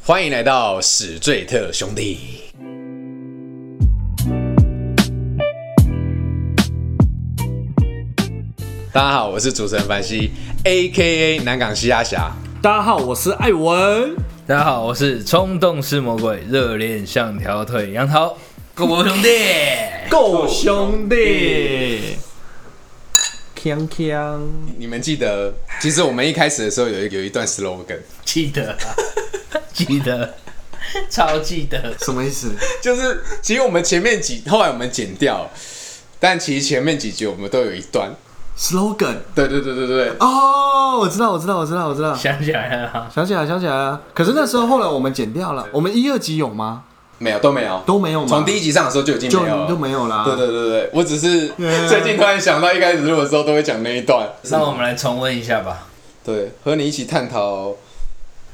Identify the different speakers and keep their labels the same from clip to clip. Speaker 1: 欢迎来到史最特兄弟。大家好，我是主持人凡西，A K A 南港西亚侠。
Speaker 2: 大家好，我是艾文。
Speaker 3: 大家好，我是冲动是魔鬼，热恋像条腿，杨桃，各国兄弟，
Speaker 2: 够兄弟，锵锵！
Speaker 1: 你们记得，其实我们一开始的时候有一有一段 slogan，
Speaker 3: 记得、啊， 记得，超记得，
Speaker 2: 什么意思？
Speaker 1: 就是其实我们前面几，后来我们剪掉，但其实前面几集我们都有一段。
Speaker 2: slogan
Speaker 1: 对对对对对，
Speaker 2: 哦，我知道，我知道，我知道，我知道，
Speaker 3: 想起来了啊，
Speaker 2: 想起来，想起来了。可是那时候后来我们剪掉了，我们一、二集有吗？
Speaker 1: 没有都没有，
Speaker 2: 都没有吗？
Speaker 1: 从第一集上的时候就已经
Speaker 2: 就
Speaker 1: 没有了，
Speaker 2: 就没有啦。
Speaker 1: 对对对对，我只是最近突然想到，一开始录的时候都会讲那一段。
Speaker 3: 那我们来重温一下吧，
Speaker 1: 对，和你一起探讨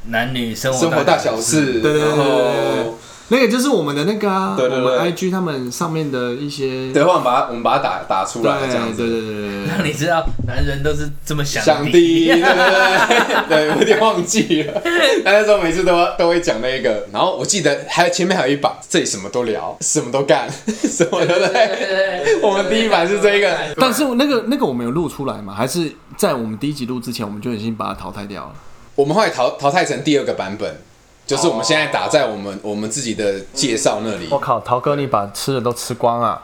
Speaker 3: 男女生活
Speaker 1: 生活大小事，
Speaker 2: 对对对
Speaker 1: 然
Speaker 2: 对对
Speaker 1: 后
Speaker 2: 对那个就是我们的那个啊，
Speaker 1: 对对对
Speaker 2: 我们 IG 他们上面的一些
Speaker 1: 对，我们把它我们把它打打出来，
Speaker 2: 对
Speaker 1: 这样
Speaker 2: 对
Speaker 1: 子。
Speaker 2: 对对对
Speaker 3: 让你知道男人都是这么想
Speaker 1: 想
Speaker 3: 的。
Speaker 1: 低，对对对，对我有点忘记 了。但那时候每次都都会讲那个，然后我记得还有前面还有一把，这里什么都聊，什么都干， 什么都在。我们第一版是这个，
Speaker 2: 但是那个那个我们有录出来吗？还是在我们第一集录之前，我们就已经把它淘汰掉了？
Speaker 1: 我们后来淘淘汰成第二个版本，就是我们现在打在我们我们自己的介绍那里。
Speaker 2: 靠，陶哥，你把吃的都吃光啊！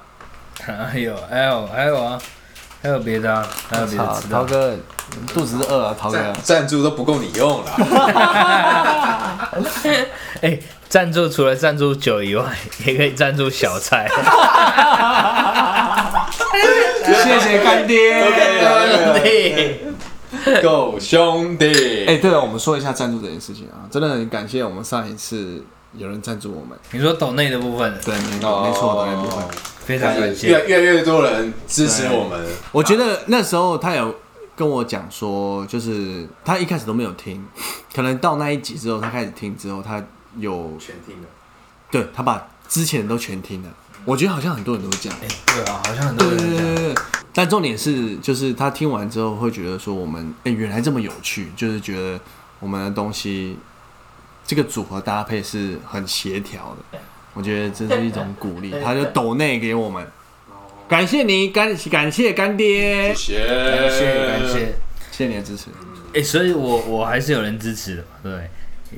Speaker 3: 还有还有还有啊，还有别的啊，还有别的吃的啊。
Speaker 2: 哥，肚子是饿啊，陶哥
Speaker 1: 赞助都不够你用了，
Speaker 3: 哎，赞助除了赞助酒以外，也可以赞助小 菜。
Speaker 2: 谢谢干爹。
Speaker 3: 对，
Speaker 1: 够兄弟。
Speaker 2: 哎，对了，我们说一下赞助这件事情啊，真的很感谢我们上一次有人赞助我们。
Speaker 3: 你说抖内的部分
Speaker 2: 对，没
Speaker 1: 哦
Speaker 2: 没错，对，不会。
Speaker 3: 非常感谢。
Speaker 1: 越越来越多人支持我们，
Speaker 2: 我觉得那时候他有跟我讲说，就是他一开始都没有听，可能到那一集之后，他开始听之后，他有
Speaker 1: 全听了。
Speaker 2: 对他把之前的都全听了。我觉得好像很多人都这样。
Speaker 3: 哎对啊，好像很多
Speaker 2: 对
Speaker 3: 人
Speaker 2: 对
Speaker 3: 这样
Speaker 2: 对对对。但重点是，就是他听完之后会觉得说，我们哎、原来这么有趣，就是觉得我们的东西这个组合搭配是很协调的。我觉得这是一种鼓励，他就抖内给我们，感谢你，感感谢干爹，谢
Speaker 1: 谢
Speaker 3: 感谢感谢。
Speaker 2: 谢你的支持。
Speaker 3: 呃哎、所以我我还是有人支持的嘛，对不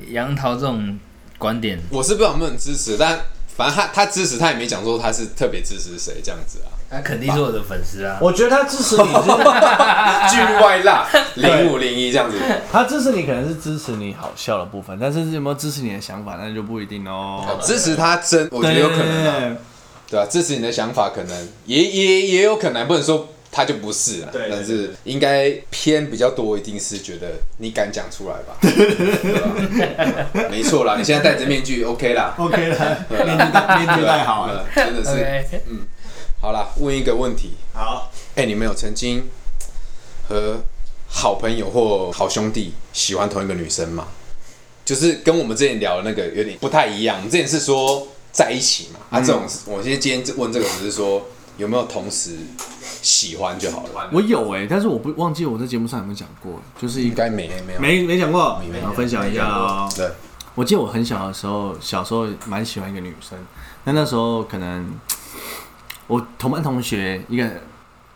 Speaker 3: 对？杨桃这种观点，
Speaker 1: 我是不知道有没有人支持，但反正他他支持，他也没讲说他是特别支持谁这样子啊。
Speaker 3: 他肯定是我的粉丝啊。
Speaker 2: 我觉得他支持你是， 啊
Speaker 1: 巨外辣零五零一这样子，
Speaker 2: 他支持你可能是支持你好笑的部分，但是有没有支持你的想法，那就不一定哦。
Speaker 1: 支持他真我觉得有可能啊，
Speaker 2: 对
Speaker 1: 对吧、支持你的想法可能也也也有可能，不能说他就不是啊，但是应该偏比较多，一定是觉得你敢讲出来 吧，对吧？没错啦，你现在戴着面具 OK 啦，
Speaker 2: ，OK 了，面具面具
Speaker 1: 对
Speaker 2: 戴好了。
Speaker 1: 了，真 的是。
Speaker 3: OK，
Speaker 1: 好啦，问一个问题。好，哎、你们有曾经和好朋友或好兄弟喜欢同一个女生吗？就是跟我们之前聊的那个有点不太一样。我们之前是说在一起嘛，啊，这种我现在今天问这个只是说有没有同时喜欢就好了，
Speaker 2: 我有哎、但是我不忘记我在节目上有没有讲过，就是一
Speaker 1: 应该没没有
Speaker 2: 没没讲过
Speaker 1: 没，有
Speaker 2: 然后分享一下哦。
Speaker 1: 对，
Speaker 2: 我记得我很小的时候，小时候蛮喜欢一个女生，那那时候可能我同班同学一个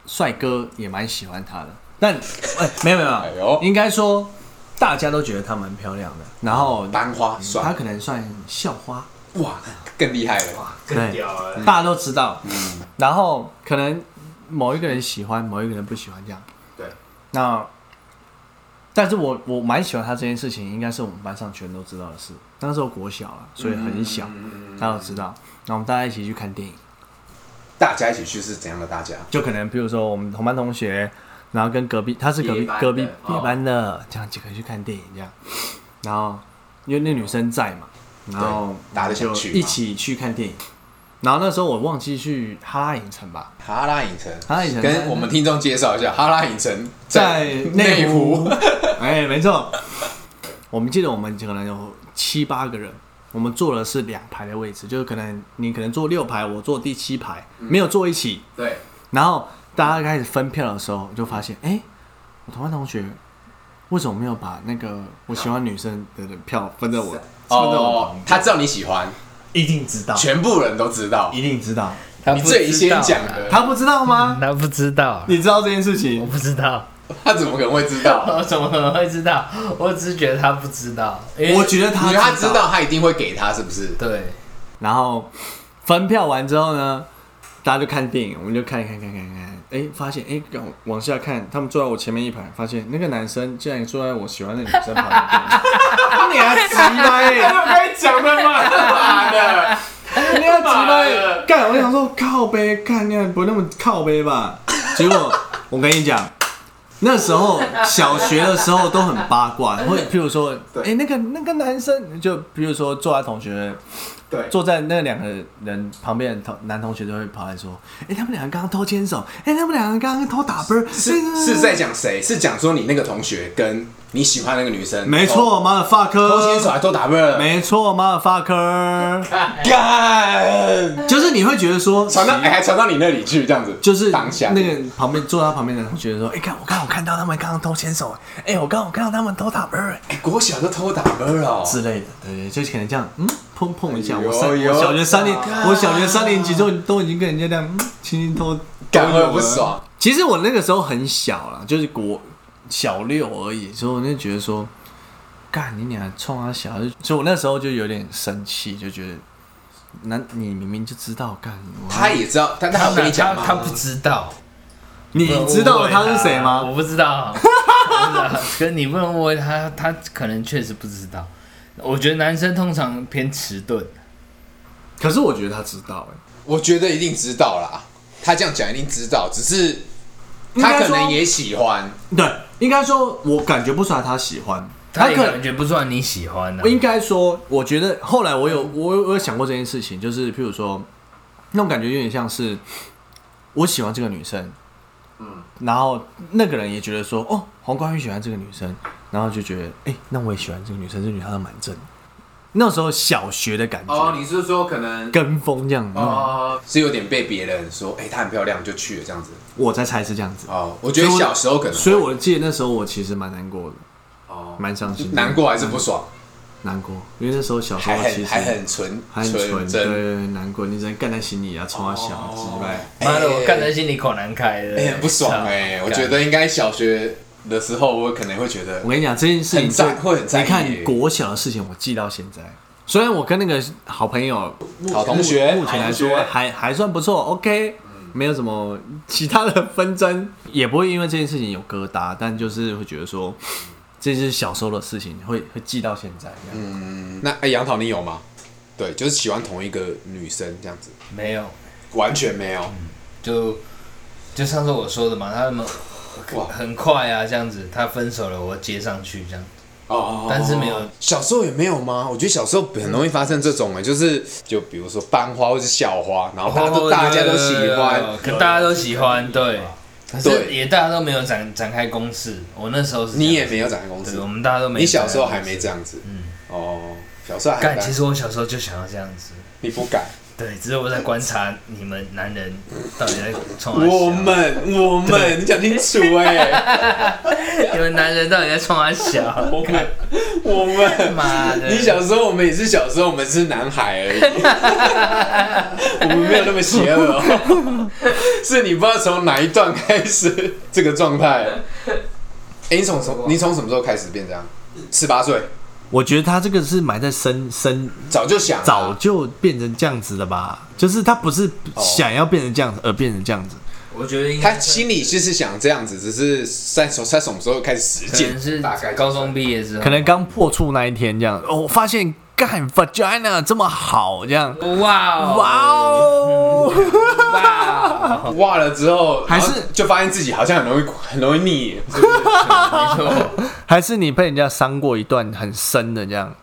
Speaker 2: 帅哥也蛮喜欢她的，但哎、没有没有，
Speaker 1: 哎呦
Speaker 2: 应该说大家都觉得她蛮漂亮的，然后
Speaker 1: 班花
Speaker 2: 她
Speaker 1: 算
Speaker 2: 可能算校花，
Speaker 1: 哇，更厉害了嗯哇，
Speaker 2: 对，大家都知道。然后可能某一个人喜欢，某一个人不喜欢这样。
Speaker 1: 对。
Speaker 2: 那，但是我我蛮喜欢他这件事情，应该是我们班上全都知道的事。那时候国小了，所以很小，
Speaker 1: 嗯
Speaker 2: 大家都知道。那我们大家一起去看电影，
Speaker 1: 大家一起去是怎样的大家？
Speaker 2: 就可能比如说我们同班同学，然后跟隔壁，他是隔壁
Speaker 1: 别班的
Speaker 2: 隔壁
Speaker 1: 哦
Speaker 2: 别班的，这样几个去看电影这样。然后因为那女生在嘛，然后
Speaker 1: 大家都想
Speaker 2: 就
Speaker 1: 去嘛
Speaker 2: 一起去看电影。然后那时候我忘记去哈拉影城吧，
Speaker 1: 哈拉影城，
Speaker 2: 哈拉影城
Speaker 1: 跟我们听众介绍一下，哈拉影城
Speaker 2: 在内
Speaker 1: 湖
Speaker 2: 湖。 哎，没错。我们记得我们可能有七八个人，我们坐的是两排的位置，就是可能你可能坐六排，我坐第七排，
Speaker 1: 嗯
Speaker 2: 没有坐一起。
Speaker 1: 对，
Speaker 2: 然后大家开始分票的时候，就发现，哎、我同班同学为什么没有把那个我喜欢女生的票分在我分在我
Speaker 1: 哦
Speaker 2: 旁，
Speaker 1: 他
Speaker 2: 边？啊
Speaker 1: 知道你喜欢，
Speaker 2: 一定知道，
Speaker 1: 全部人都知道。
Speaker 2: 一定知道。
Speaker 3: 他
Speaker 1: 你
Speaker 3: 不
Speaker 1: 最
Speaker 3: 知
Speaker 1: 先
Speaker 3: 道
Speaker 1: 讲
Speaker 3: 啊，
Speaker 1: 的，
Speaker 2: 他不知道吗？
Speaker 3: 他不知道，
Speaker 2: 你知道这件事情
Speaker 3: 我？不知道，
Speaker 2: 啊
Speaker 1: 他怎么可能会知 道？
Speaker 3: 我哦怎么可能会知道？我只是觉得他不知道，因为
Speaker 2: 我觉得
Speaker 1: 你觉
Speaker 2: 他
Speaker 1: 得他知道，他一定会给他，是不是？
Speaker 3: 对，
Speaker 2: 然后分票完之后呢，大家就看电影，我们就看看看看看，哎，发现哎，往往下看，他们坐在我前面一排，发现那个男生竟然坐在我喜欢的女生旁边，你还急掰耶、
Speaker 1: 该讲的嘛， 妈的！
Speaker 2: 你要急掰，干！我想说靠背，干，你不那么靠背吧？结果我跟你讲。那时候小学的时候都很八卦，会譬如说，哎、那个那个男生，就比如说坐在同学
Speaker 1: 对，
Speaker 2: 坐在那两个人旁边的同男同学就会跑来说：“哎、他们两个刚刚偷牵手，哎、他们两个刚刚偷打啵。”
Speaker 1: 是
Speaker 2: 啊
Speaker 1: 是在讲谁？是讲说你那个同学跟你喜欢那个女生，
Speaker 2: 没错，妈的发科，
Speaker 1: 哦偷牵手还偷打啵了，
Speaker 2: 没错，妈的发科，
Speaker 1: 干，
Speaker 2: 就是你会觉得说，
Speaker 1: 传到哎还传到你那里去，这样子，
Speaker 2: 就是
Speaker 1: 当下
Speaker 2: 那个旁边坐在他旁边的同学说：“哎、看我刚好看到他们刚刚偷牵手，哎、我刚好看到他们偷打啵
Speaker 1: 哎国小都偷打啵了哦，
Speaker 2: 之类的。”对，就可能这样，嗯，碰碰一下。
Speaker 1: 哎呦
Speaker 2: 我三，
Speaker 1: 呦
Speaker 2: 我小学三年，
Speaker 1: 干
Speaker 2: 我小学三年级就都已经跟人家这样，嗯，轻轻偷，
Speaker 1: 干
Speaker 2: 都有啊
Speaker 1: 会不
Speaker 2: 了
Speaker 1: 爽。
Speaker 2: 其实我那个时候很小啦，就是国小六而已，所以我就觉得说，干你俩冲啊小，就所以我那时候就有点生气，就觉得，那你明明就知道干我，
Speaker 1: 他也知道，但他有跟你讲
Speaker 3: 他他
Speaker 1: 吗？
Speaker 3: 不知道，
Speaker 2: 你知道他是谁
Speaker 3: 我
Speaker 2: 吗？
Speaker 3: 不知道，我不知道可你不能误会他，他可能确实不知道。我觉得男生通常偏迟钝，
Speaker 2: 可是我觉得他知道、欸，
Speaker 1: 我觉得一定知道啦，他这样讲一定知道，只是
Speaker 2: 应该
Speaker 1: 他可
Speaker 2: 说
Speaker 1: 能也喜欢。
Speaker 2: 对，应该说我感觉不出来他喜欢，
Speaker 3: 他也
Speaker 2: 可
Speaker 3: 感觉不出来你喜欢的、啊
Speaker 2: 我应该说，我觉得后来我有
Speaker 1: 嗯
Speaker 2: 我有我有想过这件事情，就是譬如说，那种感觉有点像是我喜欢这个女生，嗯，然后那个人也觉得说，哦，黄冠宇喜欢这个女生，然后就觉得，哎、那我也喜欢这个女生，这女生她蛮正的。那时候小学的感觉，
Speaker 1: 是说可能
Speaker 2: 跟风这样，嗯
Speaker 1: 哦，是有点被别人说，哎，她很漂亮就去了这样子。
Speaker 2: 我在猜是这样子，
Speaker 1: 哦，我觉得小时候可能会，
Speaker 2: 所以我记得那时候我其实蛮难过的，
Speaker 1: 哦
Speaker 2: 蛮伤心的，
Speaker 1: 难过还是不爽，
Speaker 2: 难过，因为那时候小时
Speaker 1: 还
Speaker 2: 候嗯其
Speaker 1: 很
Speaker 2: 实
Speaker 1: 还很纯
Speaker 2: 还很纯，对
Speaker 1: 真。
Speaker 2: 对对，难过，你只能干在心里啊，冲啊小之类。
Speaker 3: 妈的，我干
Speaker 1: 哎
Speaker 3: 在心里口难开的，
Speaker 1: 哎很不爽哎，
Speaker 3: 操
Speaker 1: 我觉得应该小学的时候，我可能会觉得
Speaker 2: 我跟你讲这件事情
Speaker 1: 很在
Speaker 2: 就
Speaker 1: 会很在意
Speaker 2: 你看国小的事情，我记到现在。虽然我跟那个好朋友、目
Speaker 1: 好同学
Speaker 2: 目目前来说
Speaker 1: 好同学嗯
Speaker 2: 还还算不错，OK，没有什么其他的纷争，也不会因为这件事情有疙瘩，但就是会觉得说这是小时候的事情，会会记到现在这样。
Speaker 1: 嗯，那哎，杨桃你有吗？对，就是喜欢同一个女生这样子，
Speaker 3: 没有，
Speaker 1: 完全没有。
Speaker 3: 就就上次我说的嘛，他们
Speaker 1: 哇
Speaker 3: 很快啊，这样子，他分手了，我接上去这样。
Speaker 1: 哦
Speaker 3: 但是没有
Speaker 1: 小时候也没有吗？我觉得小时候很容易发生这种哎、就是就比如说班花或是校花，然后大家都、
Speaker 3: 哦
Speaker 1: 大家都喜
Speaker 3: 有有有有
Speaker 1: 欢，
Speaker 3: 可大家都喜欢，对。可是
Speaker 1: 对
Speaker 3: 也大家都没有展展开攻势，我那时候是
Speaker 1: 你也
Speaker 3: 这
Speaker 1: 没有展开公
Speaker 3: 样
Speaker 1: 司
Speaker 3: 对，我，们大家都没。
Speaker 1: 你小时候还没这。样子，
Speaker 3: 嗯，
Speaker 1: 哦，小时候还
Speaker 3: 干，
Speaker 1: 敢
Speaker 3: 其实我小时候就想要这样子，
Speaker 1: 你不敢，
Speaker 3: 对，只是我在观察你们男人到底在冲哪小
Speaker 1: 我们我们，你讲清楚 哎、
Speaker 3: 你们男人到底在冲哪小？
Speaker 1: 我们我们，
Speaker 3: 妈的！
Speaker 1: 你小时候我们也是小时候，我们是男孩而已，我们没有那么邪恶、哦，是你不知道从哪一段开始这个状态。啊哎、你从什么你从什么时候开始变这样？十八岁，
Speaker 2: 我觉得他这个是埋在深深
Speaker 1: 早就想啊
Speaker 2: 早就变成这样子了吧，就是他不是
Speaker 1: 哦
Speaker 2: 想要变成这样子而变成这样子，
Speaker 3: 我觉得应
Speaker 1: 他
Speaker 3: 该
Speaker 1: 心里就是想这样子，只是在从在什么时候开始实
Speaker 3: 可
Speaker 1: 践
Speaker 3: 能？是
Speaker 1: 大概
Speaker 3: 高中毕业之后，
Speaker 2: 可能刚破处那一天这样，哦，我发现干 vagina 这么好这样，
Speaker 3: 哇哦
Speaker 2: 哇哦！
Speaker 3: 哇哦，
Speaker 1: 哇了之后，
Speaker 2: 还是
Speaker 1: 然后就发现自己好像很容易很容易腻。
Speaker 3: 没错，
Speaker 2: 还是你被人家伤过一段很深的这样，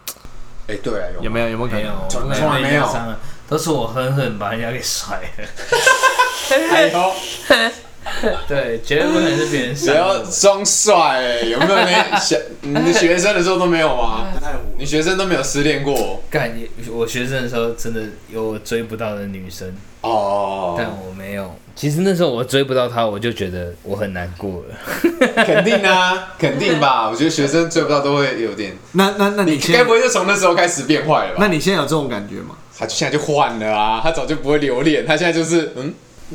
Speaker 1: 哎、对啊，
Speaker 2: 有没有？有没有可
Speaker 3: 没有
Speaker 2: 能？，
Speaker 1: 从从来没有
Speaker 3: 伤了，都是我狠狠把人家给甩了。
Speaker 1: 哎呦，
Speaker 3: 对，绝对不能是别人
Speaker 1: 只
Speaker 2: 啊
Speaker 3: 伤。
Speaker 1: 欸要装帅、哎有没有没小你学生的时候都没有吗？
Speaker 2: 太无
Speaker 1: 你学生都没有失恋过
Speaker 3: 干，你我学生的时候真的有我追不到的女生，但
Speaker 1: 哦？
Speaker 3: 我没有。其实那时候我追不到她，我就觉得我很难过了。
Speaker 1: 肯定啊，肯定吧。我觉得学生追不到都会有点，
Speaker 2: 那那那你
Speaker 1: 该
Speaker 2: 现
Speaker 1: 不
Speaker 2: 在，
Speaker 1: 会就从那时候开始变坏了吧？
Speaker 2: 那你现在有这种感觉吗？
Speaker 1: 他现在就换了啊，他早就不会留恋，他现在就是嗯，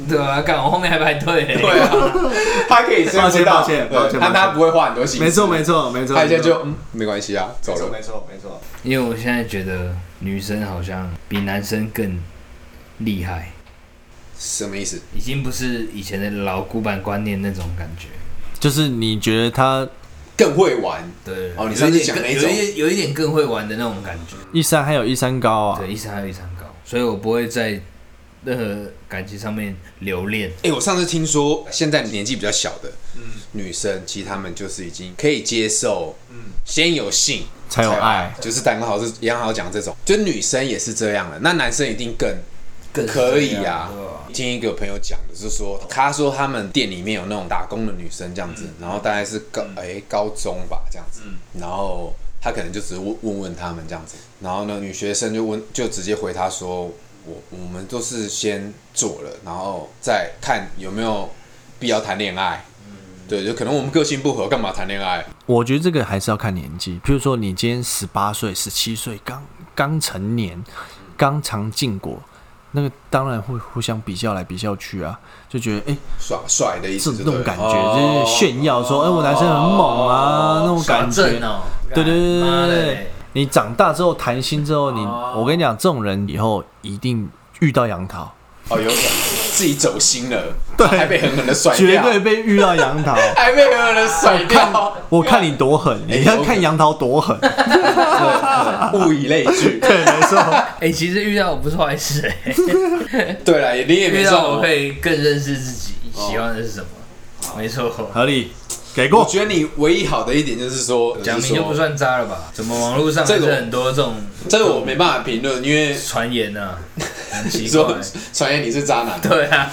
Speaker 3: 对啊，干我后面还排队嘞。
Speaker 1: 对啊， 他可以追
Speaker 2: 抱
Speaker 1: 不
Speaker 2: 歉
Speaker 1: 到，
Speaker 2: 抱歉抱
Speaker 1: 对
Speaker 2: 歉
Speaker 1: 他
Speaker 2: 抱歉
Speaker 1: 他不会花很多心思，
Speaker 2: 没错没错没错，
Speaker 1: 他现在
Speaker 2: 没错
Speaker 1: 就嗯没关系啊，走
Speaker 4: 没错
Speaker 1: 了。
Speaker 4: 没错没错，
Speaker 3: 因为我现在觉得女生好像比男生更厉害，
Speaker 1: 什么意思？
Speaker 3: 已经不是以前的老古板观念那种感觉。
Speaker 2: 就是你觉得他
Speaker 1: 更会玩
Speaker 3: 对
Speaker 1: 哦你
Speaker 3: 有
Speaker 1: 上
Speaker 3: 一
Speaker 1: 次
Speaker 3: 点
Speaker 1: 讲
Speaker 3: 更
Speaker 1: 那
Speaker 3: 有
Speaker 1: 种
Speaker 3: 一点有一点更会玩的那种感觉。
Speaker 2: 一山还有一山高啊
Speaker 1: 哦
Speaker 3: 对，，一山还有一山高，所以我不会在任何感情上面留恋。
Speaker 1: 哎、我上次听说，现在年纪比较小的、女生，其实她们就是已经可以接受，先有性
Speaker 2: 才有爱，
Speaker 1: 就是刚好是杨好讲这种，就女生也是这样的，那男生一定更
Speaker 3: 更是
Speaker 1: 可以
Speaker 3: 这样
Speaker 1: 啊
Speaker 3: 对吧。
Speaker 1: 听一个朋友讲的是说，他说他们店里面有那种打工的女生这样子，然后大概是高哎、高中吧这样子，然后他可能就只是问问问他们这样子，然后呢女学生就问就直接回他说，我我们都是先做了，然后再看有没有必要谈恋爱。对，就可能我们个性不合，干嘛谈恋爱？
Speaker 2: 我觉得这个还是要看年纪，譬如说你今天十八岁、十七岁，刚刚成年，刚尝禁果，那个当然会互相比较来比较去啊，就觉得哎、诶
Speaker 1: 耍帅的意
Speaker 2: 这
Speaker 1: 思就
Speaker 2: 这
Speaker 1: 对了，
Speaker 2: 种感觉
Speaker 1: 哦
Speaker 2: 就是炫耀说，哎、我男生很猛啊，那种感觉
Speaker 3: 耍正。哦，
Speaker 2: 对对对
Speaker 3: 妈
Speaker 2: 对
Speaker 3: 的
Speaker 2: 对
Speaker 3: 嘞
Speaker 2: 对，你长大之后谈心之后，你我跟你讲，这种人以后一定遇到杨桃，
Speaker 1: 哦，有可能自己走心 了，还被狠狠的甩
Speaker 2: 绝
Speaker 1: 掉，
Speaker 2: 对被遇到杨桃。
Speaker 1: 还被狠狠的甩
Speaker 2: 看
Speaker 1: 掉，
Speaker 2: 我看你多狠，
Speaker 1: 哎
Speaker 2: 你要
Speaker 1: 有可
Speaker 2: 看
Speaker 1: 能
Speaker 2: 杨桃多狠，
Speaker 1: 物以类聚。
Speaker 2: 对，没错。
Speaker 3: 哎，其实遇到我不是坏事哎，
Speaker 1: 对了，你也没
Speaker 3: 遇
Speaker 1: 算
Speaker 3: 到我可。以更认识自己喜欢的是什么，
Speaker 1: 哦
Speaker 3: 没错。
Speaker 2: 合理，给
Speaker 1: 我
Speaker 2: 过。
Speaker 1: 觉得你唯一好的一点就是说，
Speaker 3: 讲
Speaker 1: 就是
Speaker 3: 明
Speaker 1: 说
Speaker 3: 就不，算渣了吧？怎么网络上还
Speaker 1: 这个
Speaker 3: 是
Speaker 1: 我
Speaker 3: 很多这种
Speaker 1: 这个我没办法评论，因为
Speaker 3: 传 言呢？很
Speaker 1: 你
Speaker 3: 奇怪
Speaker 1: 说。传言你是渣男，
Speaker 3: 对啊，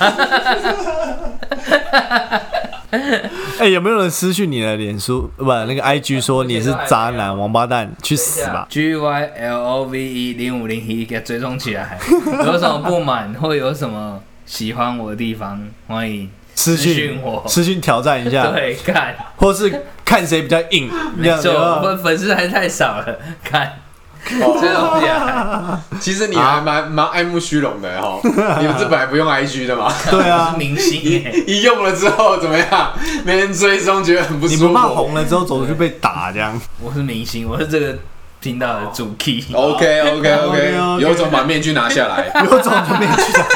Speaker 2: 哎、有没有人私讯你的脸书不那个 IG 说你是渣男、王八蛋，去死吧？
Speaker 3: ，G Y L O V E 零五零一给追踪起来，有什么不满或有什么喜欢我的地方，欢迎
Speaker 2: 私
Speaker 3: 私
Speaker 2: 讯
Speaker 3: 讯我
Speaker 2: 私讯挑战一下，
Speaker 3: 对看，
Speaker 2: 或是看谁比较硬，这样
Speaker 3: 就
Speaker 2: 子
Speaker 3: 我们粉丝还太少了，看
Speaker 1: 哦
Speaker 3: 这种东西啊，
Speaker 1: 其实你还蛮蛮爱慕虚荣的哈。你们这本来不用 IG 的嘛，
Speaker 2: 对
Speaker 3: 我是
Speaker 2: 啊，
Speaker 3: 明星欸耶，
Speaker 1: 一用了之后怎么样？没人追踪，觉得很不
Speaker 2: 你
Speaker 1: 舒
Speaker 2: 不怕红啊
Speaker 1: 服。
Speaker 2: 了之后走出去被打这样？
Speaker 3: 我是明星，我是这个频道的主 key。
Speaker 1: OK OK OK，
Speaker 2: OK，OK
Speaker 1: 有种把面具拿下来。
Speaker 2: 有种就没去打。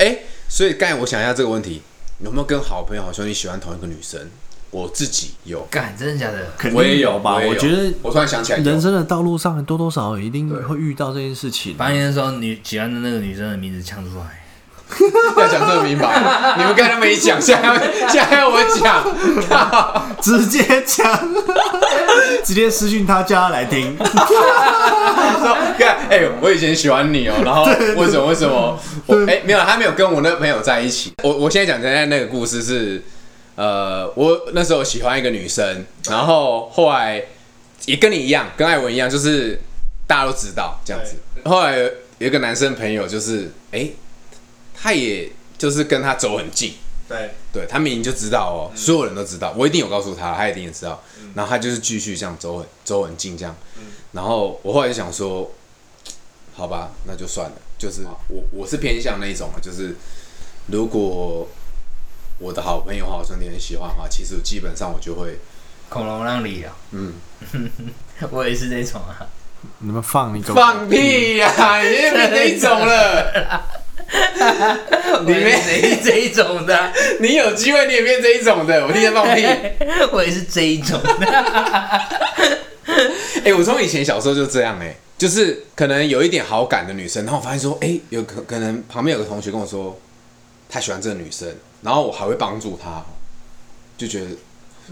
Speaker 1: 哎、所以刚才我想一下这个问题，有没有跟好朋友、好兄弟喜欢同一个女生？我自己有，
Speaker 3: 干，真的假的？
Speaker 2: 肯
Speaker 1: 我也
Speaker 2: 定
Speaker 1: 有
Speaker 2: 吧？
Speaker 1: 我也有
Speaker 2: 我觉得
Speaker 1: 我突然想起来有，
Speaker 2: 人生的道路上多多少少一定会遇到这件事 情。
Speaker 3: 发现的时候，女喜欢的那个女生的名字呛出来，
Speaker 1: 要讲这么明白，你们刚才没讲，现在现在要我讲， 靠
Speaker 2: 直接讲，直接私讯他叫他来听。
Speaker 1: 说看，哎、我以前喜欢你哦、然后为什么为什么我哎、没有，他没有跟我那朋友在一起。我我现在讲现在那个故事是，呃，我那时候喜欢一个女生，然后后来也跟你一样，跟艾文一样，就是大家都知道这样子。后来有有一个男生朋友，就是哎、他也就是跟他走很近，
Speaker 4: 对，
Speaker 1: 对他明明就知道哦，所有人都知道，我一定有告诉他，他一定也知道。然后他就是继续这样走很走很近这样。然后我后来就想说，好吧，那就算了。就是我我是偏向那一种啊，就是如果我的好朋友好兄弟很喜欢的话，其实基本上我就会
Speaker 3: 恐龙让梨啊。
Speaker 1: 嗯，
Speaker 3: 我也是这种啊。
Speaker 2: 你们放一个
Speaker 1: 放屁呀、 你也变那一种 了。
Speaker 3: 我也是这一这一种的啊，
Speaker 1: 你有机会你也变这一种的，我今天放屁。
Speaker 3: 我也是这一种的。
Speaker 1: 哎、我从以前小时候就这样哎、就是可能有一点好感的女生，然后我发现说，哎、有可可能旁边有个同学跟我说，他喜欢这个女生，然后我还会帮助他，就觉得，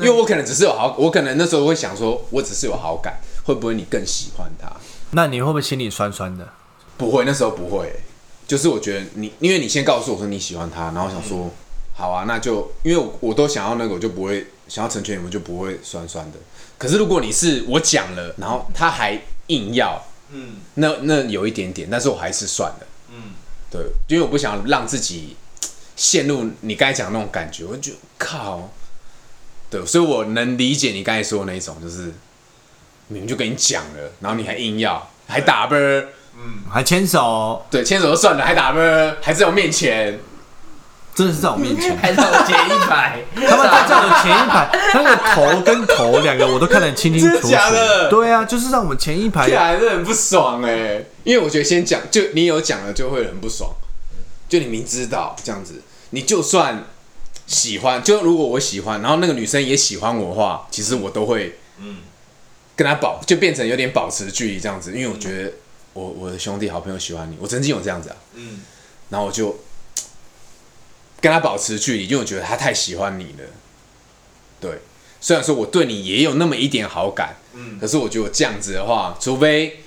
Speaker 1: 因为我可能只是有好，我可能那时候会想说，我只是有好感，会不会你更喜欢他？
Speaker 2: 那你会不会心里酸酸的？
Speaker 1: 不会，那时候不会、就是我觉得你，因为
Speaker 4: 嗯
Speaker 1: 你先告诉我说你喜欢他，然后我想说，好啊，那就因为我我都想要那个，我就不会想要成全你们就不会酸酸的。可是如果你是我讲了，然后他还硬要，
Speaker 4: 嗯
Speaker 1: 那那有一点点，但是我还是算了。
Speaker 4: 嗯，
Speaker 1: 对，因为我不想让自己陷入你刚才讲的那种感觉，我就觉得靠，对，所以我能理解你刚才说的那一种，就是明明就跟你讲了，然后你还硬要，还打啵儿，
Speaker 2: 还牵手，
Speaker 1: 对，牵手就算了，还打啵儿，还在我面前，
Speaker 2: 真的是在我面 前，
Speaker 3: 还是我前一排，
Speaker 2: 他们在在我前一排，那个头跟头两个我都看得清清楚楚
Speaker 1: 真的假的。
Speaker 2: 对啊，就是在我们前一排
Speaker 1: 这，还是很不爽哎、因为我觉得先讲，就你有讲了就会很不爽，就你明知道这样子，你就算喜欢，就如果我喜欢，然后那个女生也喜欢我的话，其实我都会
Speaker 4: 嗯
Speaker 1: 跟她保，就变成有点保持距离这样子，因为我觉得我我的兄弟好朋友喜欢你，我曾经有这样子啊，
Speaker 4: 嗯
Speaker 1: 然后我就跟他保持距离，因为我觉得他太喜欢你了。对，虽然说我对你也有那么一点好感，
Speaker 4: 嗯
Speaker 1: 可是我觉得我这样子的话，除非